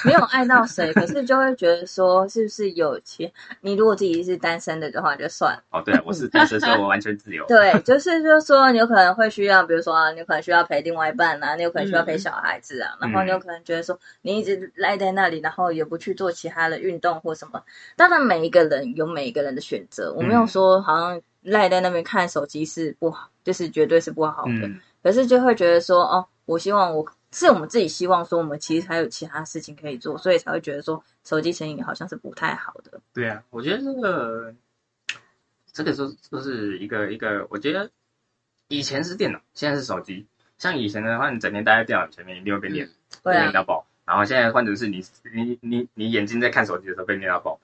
没有爱到谁，可是就会觉得说，是不是有钱？你如果自己是单身的的话，就算了。[LAUGHS] 哦，对、啊，我是单身，所以我完全自由。对，就是就是说，你有可能会需要，比如说啊，你有可能需要陪另外一半啊，你有可能需要陪小孩子啊，然后你有可能觉得说，你一直赖在那里，然后也不去做其他的运动或什么。当然，每一个人有每一个人的选择，我没有嗯说好像赖在那边看手机是不好，就是绝对是不好的。嗯，可是就会觉得说，哦，我希望我是我们自己希望说，我们其实还有其他事情可以做，所以才会觉得说手机成瘾好像是不太好的。对啊，我觉得这个这个就是就是一个一个，我觉得以前是电脑，现在是手机。像以前的话，你整天待在电脑前面，一定会被嗯练对被啊练，到爆。然后现在换成是你你你你眼睛在看手机的时候被念到爆。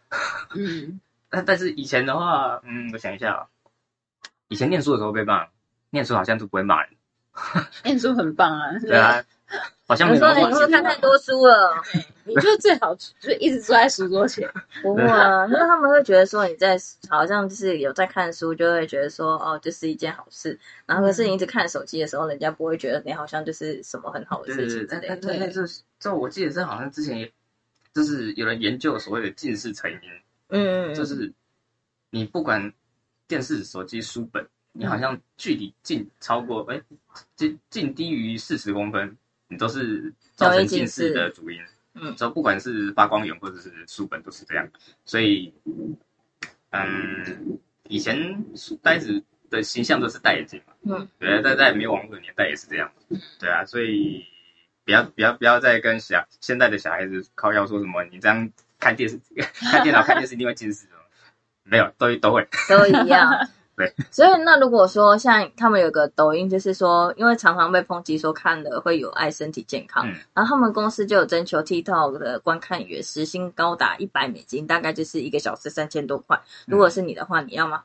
嗯，但但是以前的话，嗯，我想一下啊，以前念书的时候被骂，念书好像就不会骂人，念书很棒啊，对啊，好像有没时什候么哎你话会不会题看太多书了？ [LAUGHS] 你就最好就一直坐在书桌前，不会啊，因为他们会觉得说你在好像就是有在看书，就会觉得说哦，就是一件好事。然后可是你一直看手机的时候，人家不会觉得你好像就是什么很好的对事对情对，之但类但的。但但是，这我记得这好像之前也，就是有人研究所谓的近视成因，嗯嗯，嗯就是你不管电视、手机、书本，你好像距离近超过哎近近低于四十公分，你都是造容成易近近视视的主因。嗯所以不管是发光源或者是书本都是这样，所以嗯，以前书呆子的形象都是戴眼镜嘛，嗯，对啊，在在没有网络的年代也是这样，对啊，所以不要不要不要再跟小现在的小孩子靠要说什么你这样看电视、 [LAUGHS] 看电脑、看电视一定会近视哦，没有都都会，都一样。 [LAUGHS] 对，所以那如果说像他们有个抖音，就是说，因为常常被抨击说看了会有碍身体健康，嗯然后他们公司就有征求 TikTok 的观看员，时薪高达一百美金，大概就是一个小时三千多块。嗯如果是你的话，你要吗？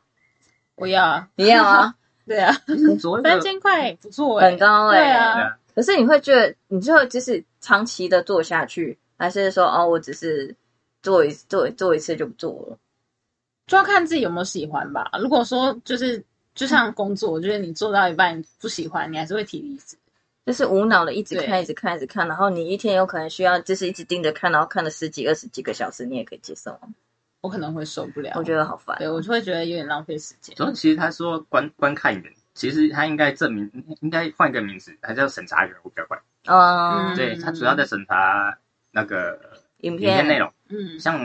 我要啊，你要 [LAUGHS] 吗？对啊，嗯所谓的三千块不错哎、很高哎、对啊对啊，可是你会觉得，你最后就是长期的做下去，还是说哦，我只是做一做做一次就不做了？就要看自己有没有喜欢吧。如果说就是就像工作，我觉得你做到一半你不喜欢，你还是会提离职。就是无脑的一直看，对一直看，一直看，然后你一天有可能需要就是一直盯着看，然后看了十几、二十几个小时，你也可以接受吗。我可能会受不了，我觉得好烦。对我就会觉得有点浪费时间。所以其实他说观观看员，其实他应该证明应该换一个名字，他叫审查员，我比较快，嗯，嗯对他主要在审查那个影影片内片，容。嗯，像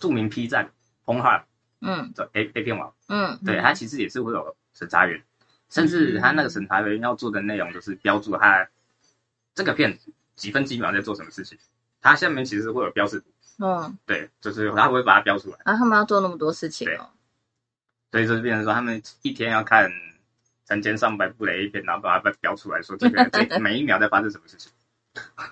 著名 P 站、红海嗯的 A A 片网，嗯对嗯它其实也是会有审查员，甚至它那个审查员要做的内容都是标注它这个片几分几秒在做什么事情，它下面其实会有标示，嗯，对，就是它会把它标出来，啊，他们要做那么多事情哦，所以就是变成说他们一天要看成千上百部的 A 片，然后把它标出来说这个这每一秒在发生什么事情，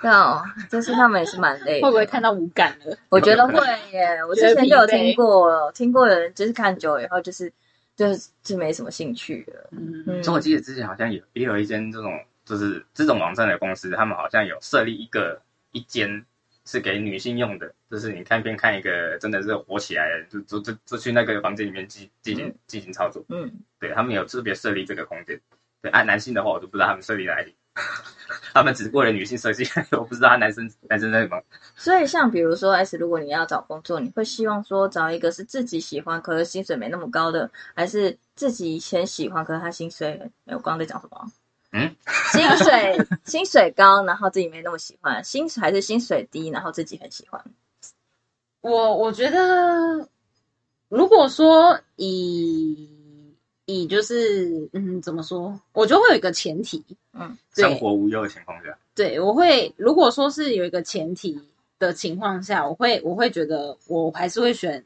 对哦，就是他们也是蛮累的。嗯 [LAUGHS] 会不会看到无感了？我觉得会耶，我之前就有听过，听过有人就是看久了以后，就是就是就没什么兴趣了。嗯嗯，所以我记得之前好像有也有一间这种就是这种网站的公司，他们好像有设立一个一间是给女性用的，就是你看片看一个真的是火起来了，就就就就去那个房间里面进进行进行操作。嗯，对他们有特别设立这个空间。对，按、男性的话，我就不知道他们设立哪里， [LAUGHS] 他们只是为了女性设计， [LAUGHS] 我不知道男生男生在什么。所以像比如说 S，如果你要找工作，你会希望说找一个是自己喜欢，可是薪水没那么高的，还是自己以前喜欢，可是他薪水没有？我刚刚在讲什么？啊嗯， [LAUGHS] 薪水薪水高，然后自己没那么喜欢，薪水还是薪水低，然后自己很喜欢。我我觉得，如果说以以就是嗯，怎么说，我就会有一个前提，嗯，生对活无忧的情况下，对，我会如果说是有一个前提的情况下，我会我会觉得我还是会选，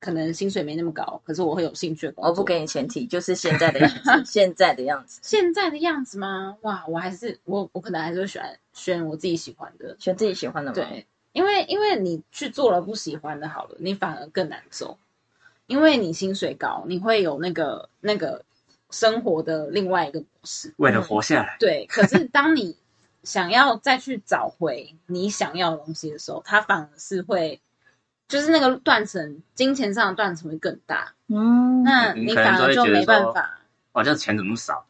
可能薪水没那么高，可是我会有兴趣的工作。我不给你前提，就是现在的样子，[LAUGHS] 现在的样子，现在的样子吗？哇，我还是我我可能还是会选选我自己喜欢的，选自己喜欢的嘛。，对，因为因为你去做了不喜欢的，好了，你反而更难受，因为你薪水高，你会有那个那个生活的另外一个模式。为嗯了活下来，对，可 [LAUGHS] 是当你想要再去找回你想要的东西的时候，它反而是会，就是那个断层，金钱上的断层会更大，嗯，那你你可能反就而会就觉得没办说哦法。哇，这钱怎么那么少？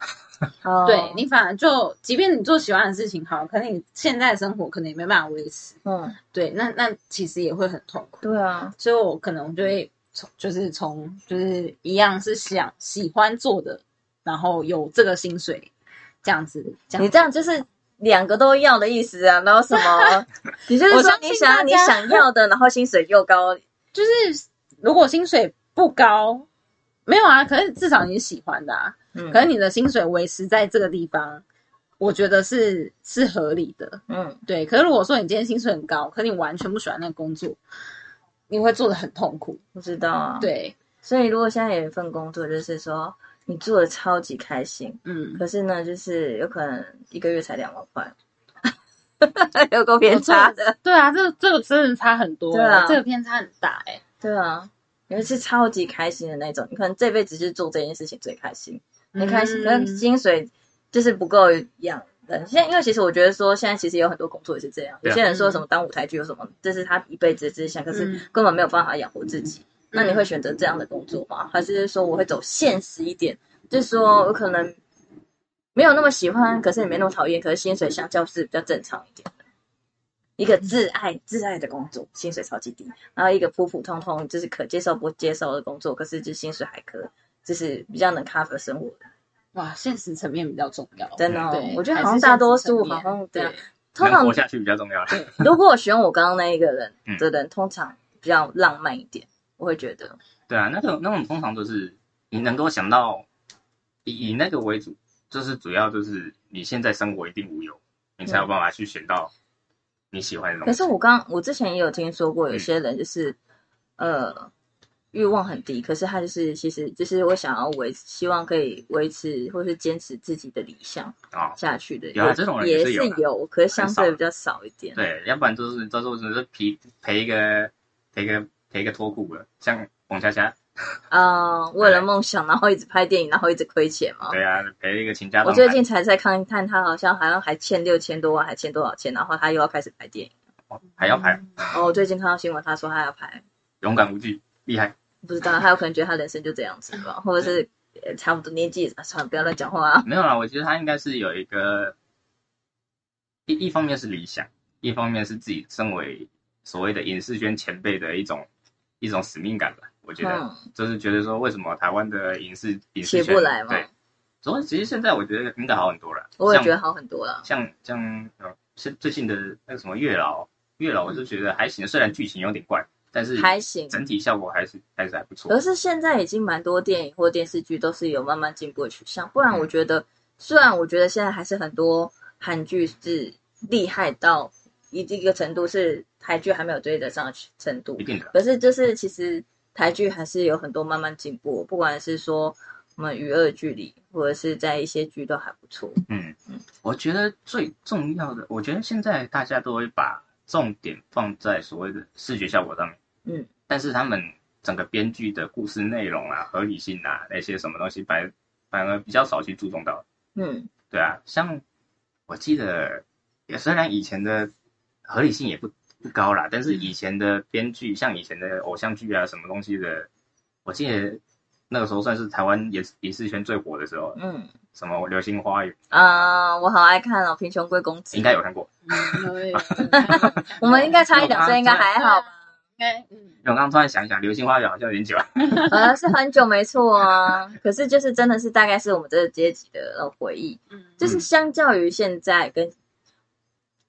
好对，你反而就，即便你做喜欢的事情好，可能你现在的生活可能也没办法维持，嗯，对，那那其实也会很痛苦。对啊，所以我可能就会从就是从就是一样是想喜欢做的，然后有这个薪水这样子。这样你这样就是两个都要的意思啊，然后什 [LAUGHS] 么？你就是我说相信你想要大你家想要的，然后薪水又高，就是如果薪水不高，没有啊，可是至少你是喜欢的啊，嗯可是你的薪水维持在这个地方，我觉得是是合理的。嗯，对，可是如果说你今天薪水很高，可你完全不喜欢那个工作，你会做的很痛苦。不知道啊。，对，所以如果现在有一份工作，就是说你做的超级开心，嗯， [LAUGHS] 可是呢，就是有可能一个月才两万块，哦有够偏差的。对啊，这这个真的差很多、对啊这个偏差很大哎、对啊，你会是超级开心的那种，你可能这辈子就是做这件事情最开心，很开心，但嗯薪水就是不够养人。现在因为其实我觉得说，现在其实有很多工作也是这样，对有啊些人说什么当舞台剧有什么，这是他一辈子的志向，可是嗯根本没有办法养活自己。那你会选择这样的工作吗？还是说我会走现实一点，就是说我可能没有那么喜欢，可是也没那么讨厌，可是薪水相较是比较正常一点的。一个挚爱挚爱的工作，薪水超级低，然后一个普普通通就是可接受不接受的工作，可是就薪水还可，就是比较能 cover 生活的。哇，现实层面比较重要。真的哦对，我觉得还好像是大多现实层数面好像对对啊，通能常活下去比较重要。如果我选我刚刚那一个人嗯的人，通常比较浪漫一点，我会觉得，对啊，那种那种通常都是你能够想到以以那个为主，就是主要就是你现在生活一定无忧，你才有办法去选到你喜欢的嗯可东是西。我刚我之前也有听说过，有嗯些人就是，呃，欲望很低，可是他就是其实就是我想要维，希望可以维持或是坚持自己的理想啊、下去的，有啊这种人也也是有啊有，可是相很对少比较少一点。对，要不然就是到时候只是陪陪一个陪一个陪一个脱裤了，像王佳佳，啊、为了梦想，然后一直拍电影，然后一直亏钱嘛。对啊，陪一个秦家我壮最汉，近才在看，看他好像好像还欠六千多万，还欠多少钱，然后他又要开始拍电影。哦还要拍，哦，我最近看到新闻，他说他要拍，勇敢无惧，厉害。不知道他有可能觉得他人生就这样子吧，或者嗯是呃差不多年纪也，啊算了，不要乱讲话啊。没有啦，我觉得他应该是有一个一一方面是理想，一方面是自己身为所谓的影视圈前辈的一种一种使命感吧。我觉得、嗯，就是觉得说，为什么台湾的影视影视起圈不来嘛对，所以其实现在我觉得应该好很多了。我也觉得好很多了。像像像呃，是最近的那个什么月老，月老我就觉得还行，虽然剧情有点怪，但是还行，整体效果还是还是还不错可。是现在已经蛮多电影或电视剧都是有慢慢进步的取向，不嗯然我觉得，虽然我觉得现在还是很多韩剧是厉害到一一个程度，是台剧还没有追得上的程度一，定的，可是就是其实台剧还是有很多慢慢进步，不管是说我们娱乐剧里，或者是在一些剧都还不错。嗯，我觉得最重要的，我觉得现在大家都会把重点放在所谓的视觉效果上面，嗯，但是他们整个编剧的故事内容啊、合理性啊那些什么东西，反反而比较少去注重到。嗯，对啊，像我记得，也虽然以前的合理性也不不高啦，但是以前的编剧，像以前的偶像剧啊，什么东西的，我记得那个时候算是台湾影影视圈最火的时候，嗯什么《流星花园》啊、我好爱看哦，《贫穷贵公子应》。该有看过，嗯 [LAUGHS] 有有有我们应该差一两岁，应该还好吧？应该嗯因为我刚刚突然想一想，《流星花园》好像有点久了， [LAUGHS] 呃，是很久没错啊，可是就是真的是大概是我们这个阶级的呃回忆，嗯，就是相较于现在跟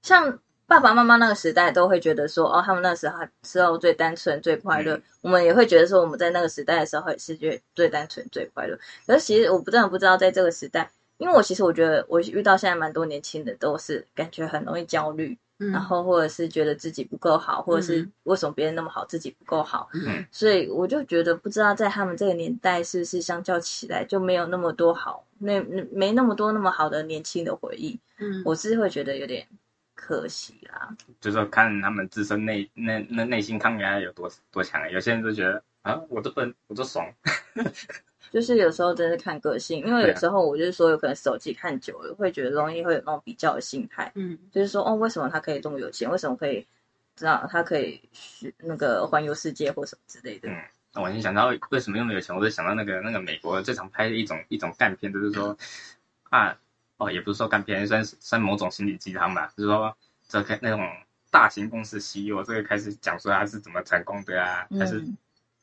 像爸爸妈妈那个时代，都会觉得说哦，他们那时候时候最单纯最快乐，嗯我们也会觉得说我们在那个时代的时候也是觉得最单纯最快乐。可是其实我不真的不知道在这个时代，因为我其实我觉得我遇到现在蛮多年轻的都是感觉很容易焦虑，嗯然后或者是觉得自己不够好，或者是嗯为什么别人那么好，自己不够好，嗯所以我就觉得不知道在他们这个年代是不是相较起来就没有那么多好，那那没那么多那么好的年轻的回忆，嗯我是会觉得有点可惜啦。就是看他们自身内那那内心抗压有多多强啊。有些人就觉得啊，我这笨，我这爽，就是有时候真是看个性，因为对有啊时候我就是说，有可能手机看久了，会觉得容易会有那种比较的心态。嗯就是说，哦，为什么他可以这么有钱？为什么可以知道他可以去那个环游世界或什么之类的？嗯我先想到为什么那么有钱，我就想到那个那个美国最常拍的一种一种干片，就是说啊哦，也不是说干片，算是算某种心理鸡汤吧，就是说这个那种大型公司 CEO 这个开始讲说他是怎么成功的啊，嗯他是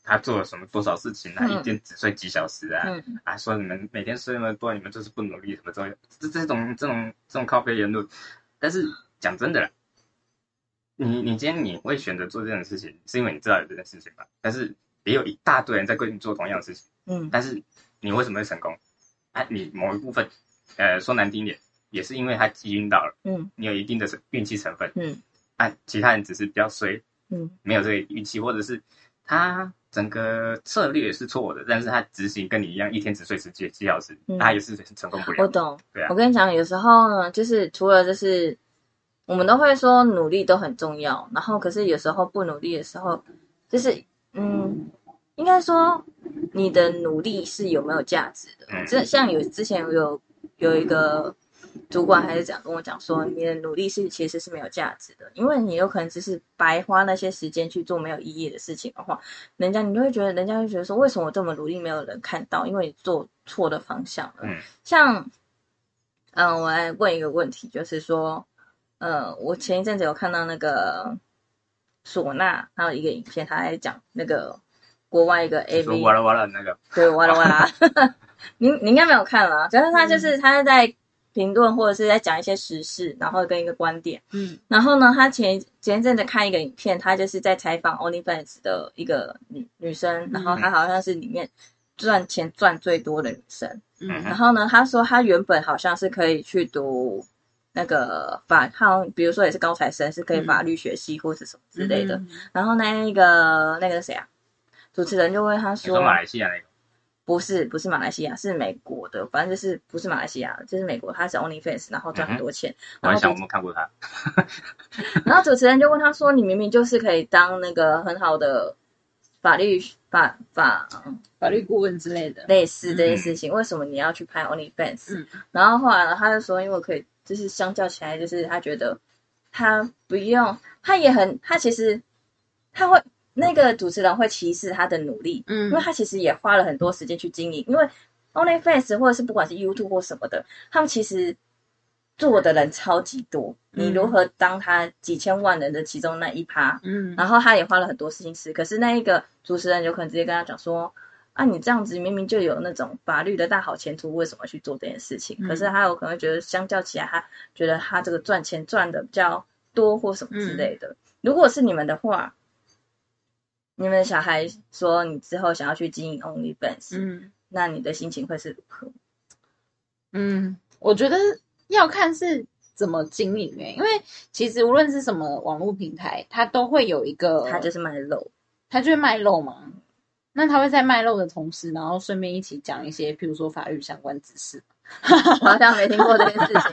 他做了什么多少事情啊，嗯一天只睡几小时啊，嗯，啊说你们每天睡那么多，你们就是不努力什么之类的，这这种这种这种靠背言论，但是讲真的啦。你你今天你会选择做这件事情，是因为你知道有这件事情吧？但是也有一大堆人在跟你做同样的事情，嗯，但是你为什么会成功？啊，你某一部分，呃，说难听点，也是因为他基因到了，嗯，你有一定的成运气成分，嗯，啊，其他人只是比较衰，嗯，没有这个运气，或者是他整个策略是错的，但是他执行跟你一样，一天只睡十几几小时，嗯他也是成功不我了。懂。对啊我跟你讲，有时候呢，就是除了就是我们都会说努力都很重要，然后可是有时候不努力的时候，就是嗯，应该说你的努力是有没有价值的嗯。这像有之前有有一个主管还是讲跟我讲说，你的努力是其实是没有价值的，因为你有可能只是白花那些时间去做没有意义的事情的话，人家你就会觉得人家会觉得说，为什么我这么努力没有人看到？因为你做错的方向了。嗯像嗯、呃我来问一个问题，就是说，呃，我前一阵子有看到那个唢呐，还有一个影片，他在讲那个国外一个你说 AV，完了完了那个，对，哇啦哇啦， [LAUGHS] 您您应该没有看啦，主要是他嗯就是他在评论或者是在讲一些时事，然后跟一个观点。嗯然后呢，他前前一阵子看一个影片，他就是在采访 OnlyFans 的一个女女生，然后嗯她好像是里面赚钱赚最多的女生。嗯然后呢，她说她原本好像是可以去读那个法，她好像比如说也是高材生，是嗯可以法律学系或是什么之类的。，嗯然后那一个那个谁啊，主持人就问他你说马来西亚那个，不是不是马来西亚，是美国的，反正就是不是马来西亚，就是美国，他是 OnlyFans，然后赚很多钱，嗯我然还后想我主们看过他，然后主持人就问他说：“你明明就是可以当那个很好的法律法法法律顾问之类的，类似这些事情，为什么你要去拍 OnlyFans？”、嗯然后后来呢，他就说：“因为我可以，就是相较起来，就是他觉得他不用，他也很，他其实他会那个主持人会歧视他的努力，嗯因为他其实也花了很多时间去经营，因为 OnlyFans 或者是不管是 YouTube 或什么的，他们其实做的人超级多，嗯你如何当他几千万人的其中那一趴？嗯然后他也花了很多心思，可是那一个主持人有可能直接跟他讲说。啊，你这样子明明就有那种法律的大好前途，为什么去做这件事情？嗯可是他有可能觉得，相较起来，他觉得他这个赚钱赚的比较多或什么嗯之类的。如果是你们的话，你们的小孩说你之后想要去经营 OnlyFans，、嗯那你的心情会是如何？嗯，我觉得要看是怎么经营诶、欸因为其实无论是什么网络平台，它都会有一个，他就是卖肉，它就会卖肉嘛。那他会在卖肉的同时，然后顺便一起讲一些，譬如说法律相关知识。我好像没听过这件事情。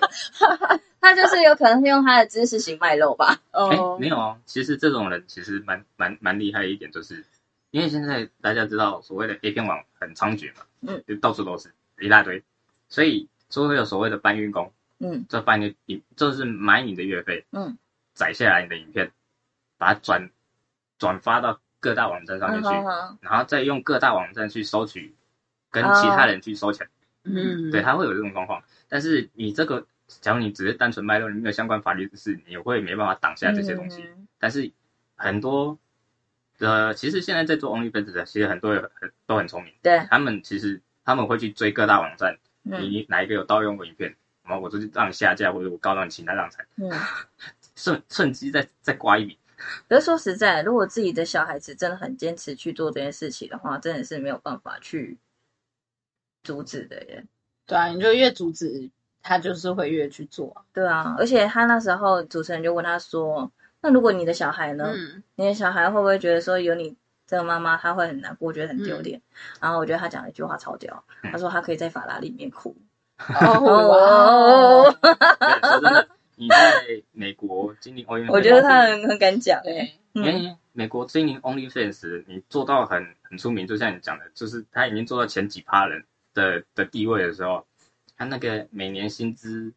他就是有可能是用他的知识型卖肉吧？哎、哦没有哦，其实这种人其实蛮蛮蛮厉害的一点，就是因为现在大家知道所谓的 A 片网很猖獗嘛，嗯，就到处都是一大堆，所以就会有所谓的搬运工，嗯这搬你你就是买你的月费，嗯，载下来你的影片，把它转转发到各大网站上面嗯去，哼哼，然后再用各大网站去收取，跟其他人去收哦钱，嗯，对，，他会有这种状况。但是你这个，假如你只是单纯卖肉，你没有相关法律知识，你也会没办法挡下这些东西。嗯但是很多呃，其实现在在做 OnlyFans 的，其实很多人很都很聪明，对，他们其实他们会去追各大网站，嗯你哪一个有盗用我影片，然后我就让你下架，或者我告到你倾家荡产，嗯。趁趁机再再刮一笔。可是说实在，如果自己的小孩子真的很坚持去做这件事情的话，真的是没有办法去阻止的耶。对啊，你就越阻止他，就是会越去做啊。对啊，而且他那时候主持人就问他说：“那如果你的小孩呢？嗯你的小孩会不会觉得说有你这个妈妈，他会很难过，觉得很丢脸？”然后我觉得他讲了一句话超屌，嗯他说他可以在法拉利里面哭。哦，哇对 [LAUGHS] 说真的，你在美国经营 OnlyFans，我觉得他很很敢讲耶，对，因嗯为美国经营 OnlyFans，你做到很很出名，就像你讲的，就是他已经做到前几趴人的的地位的时候，他那个每年薪资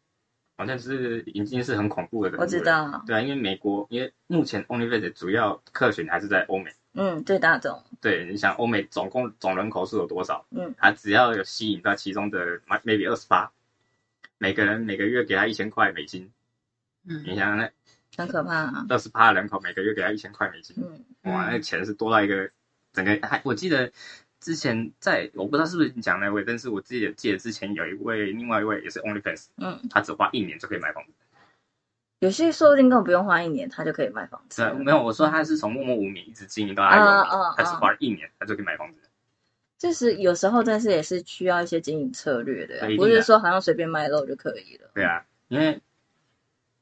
好像是已经是很恐怖的。我知。道，对啊，因为美国，因为目前 OnlyFans 主要客群还是在欧美。嗯，最大众，对，你想欧美总共总人口数有多少？嗯，他只要有吸引到其中的 maybe 二十八，每个人每个月给他一千块美金，你嗯，想那很可怕啊，二十八人口每个月给他一千块美金，嗯哇，那个钱是多到一个整个还我记得之前在我不知道是不是你讲那位，但是我自己也记得之前有一位另外一位也是 OnlyFans，嗯，他只花一年就可以买房子。有些说不定根本不用花一年，他就可以买房子是了啊，没有我说他是从默默无名一直经营到他有啊名，啊他只啊！花了一年他就可以买房子。就是有时候，但是也是需要一些经营策略的啊对一定，不的是说好像随便卖肉就可以了。对啊，因为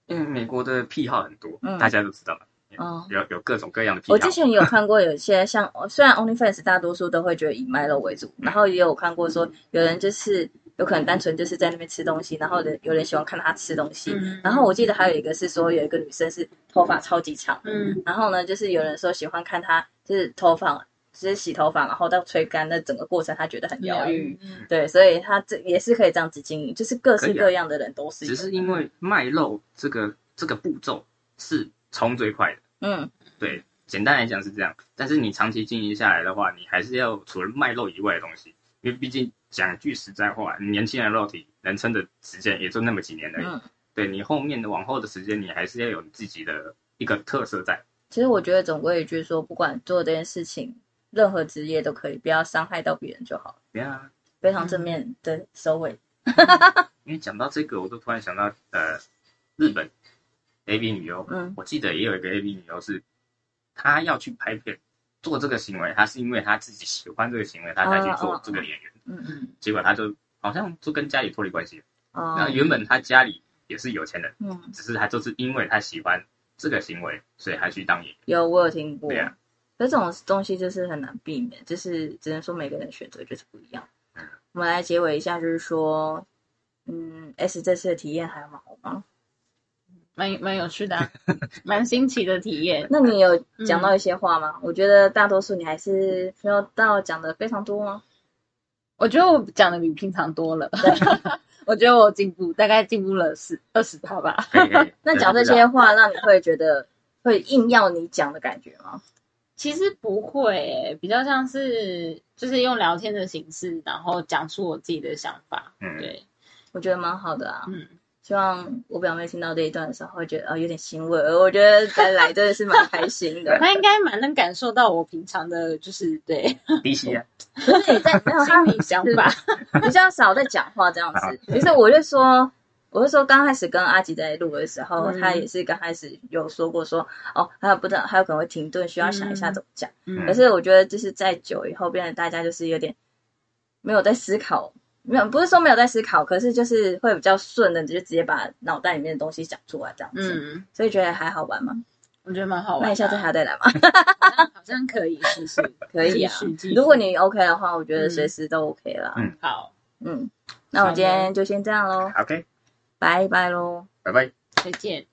因为美国的癖好很多，嗯大家都知道嘛，哦，有有各种各样的癖好。我之前有看过有些像，虽然 OnlyFans 大多数都会觉得以卖肉为主，然后也有看过说有人就是有可能单纯就是在那边吃东西，然后人有人喜欢看他吃东西。嗯然后我记得还有一个是说有一个女生是头发超级长，嗯然后呢，就是有人说喜欢看她就是头发，就是洗头发，然后到吹干那整个过程，她觉得很疗愈。，嗯对，所以她这也是可以这样子经营，就是各式可以啊各样的人都是有。只是因为卖肉这个这个步骤是冲最快的，嗯，对，简单来讲是这样。但是你长期经营下来的话，你还是要除了卖肉以外的东西，因为毕竟讲句实在话，年轻人的肉体能撑的时间也就那么几年而已。嗯对你后面的往后的时间，你还是要有你自己的一个特色在。其实我觉得总归一句说，不管做这件事情，任何职业都可以，不要伤害到别人就好了。对啊，非常正面的收尾。因为讲到这个，我就突然想到，呃，日本 A B 女优，嗯我记得也有一个 A B 女优是，她要去拍片做这个行为，她是因为她自己喜欢这个行为，她才去做这个演员。嗯嗯嗯结果她就好像就跟家里脱离关系了。哦，那原本她家里也是有钱人，嗯，只是她就是因为她喜欢这个行为，所以她去当 [LAUGHS] 演员。有我有听过。对啊可是这种东西就是很难避免，就是只能说每个人选择就是不一样嗯。我们来结尾一下，就是说，嗯，S 这次的体验还蛮好吗？蛮蛮有趣的啊，蛮新奇的体验。那你有讲到一些话吗？我觉得大多数你还是没有到讲的非常多吗？我觉得我讲的比平常多了， [LAUGHS] 我觉得我进步，大概进步了十二十趴吧。可以可以那讲这些话，让你会觉得会硬要你讲的感觉吗？其实不会欸、比较像是就是用聊天的形式，然后讲出我自己的想法。 [LAUGHS] 嗯，对，我觉得蛮好的啊。嗯，希望我表妹听到这一段的时候，会觉得呃有点欣慰。我觉得再来真的是蛮开心 [LAUGHS] 的。他应该蛮能感受到我平常的，就是对低息啊，不是你在没有他心理想法。比较少在讲话这样好子。其实我就说，我就说刚开始跟阿吉在录的时候，嗯他也是刚开始有说过说，哦，还有不知道，还有可能会停顿，需要想一下怎么讲。可嗯是我觉得就是在久以后，变得大家就是有点没有在思考，没有不是说没有在思考，可是就是会比较顺的，就直接把脑袋里面的东西讲出来这样子。嗯，所以觉得还好玩吗？我觉得蛮好玩的啊。那你下次还要再来吗？好像好像 [LAUGHS] 可以试试， [LAUGHS] 可以啊继续继续嗯如果你 OK 的话，我觉得随时都 OK 啦。嗯好，嗯，那我今天就先这样喽， OK，拜拜喽。拜拜。再见。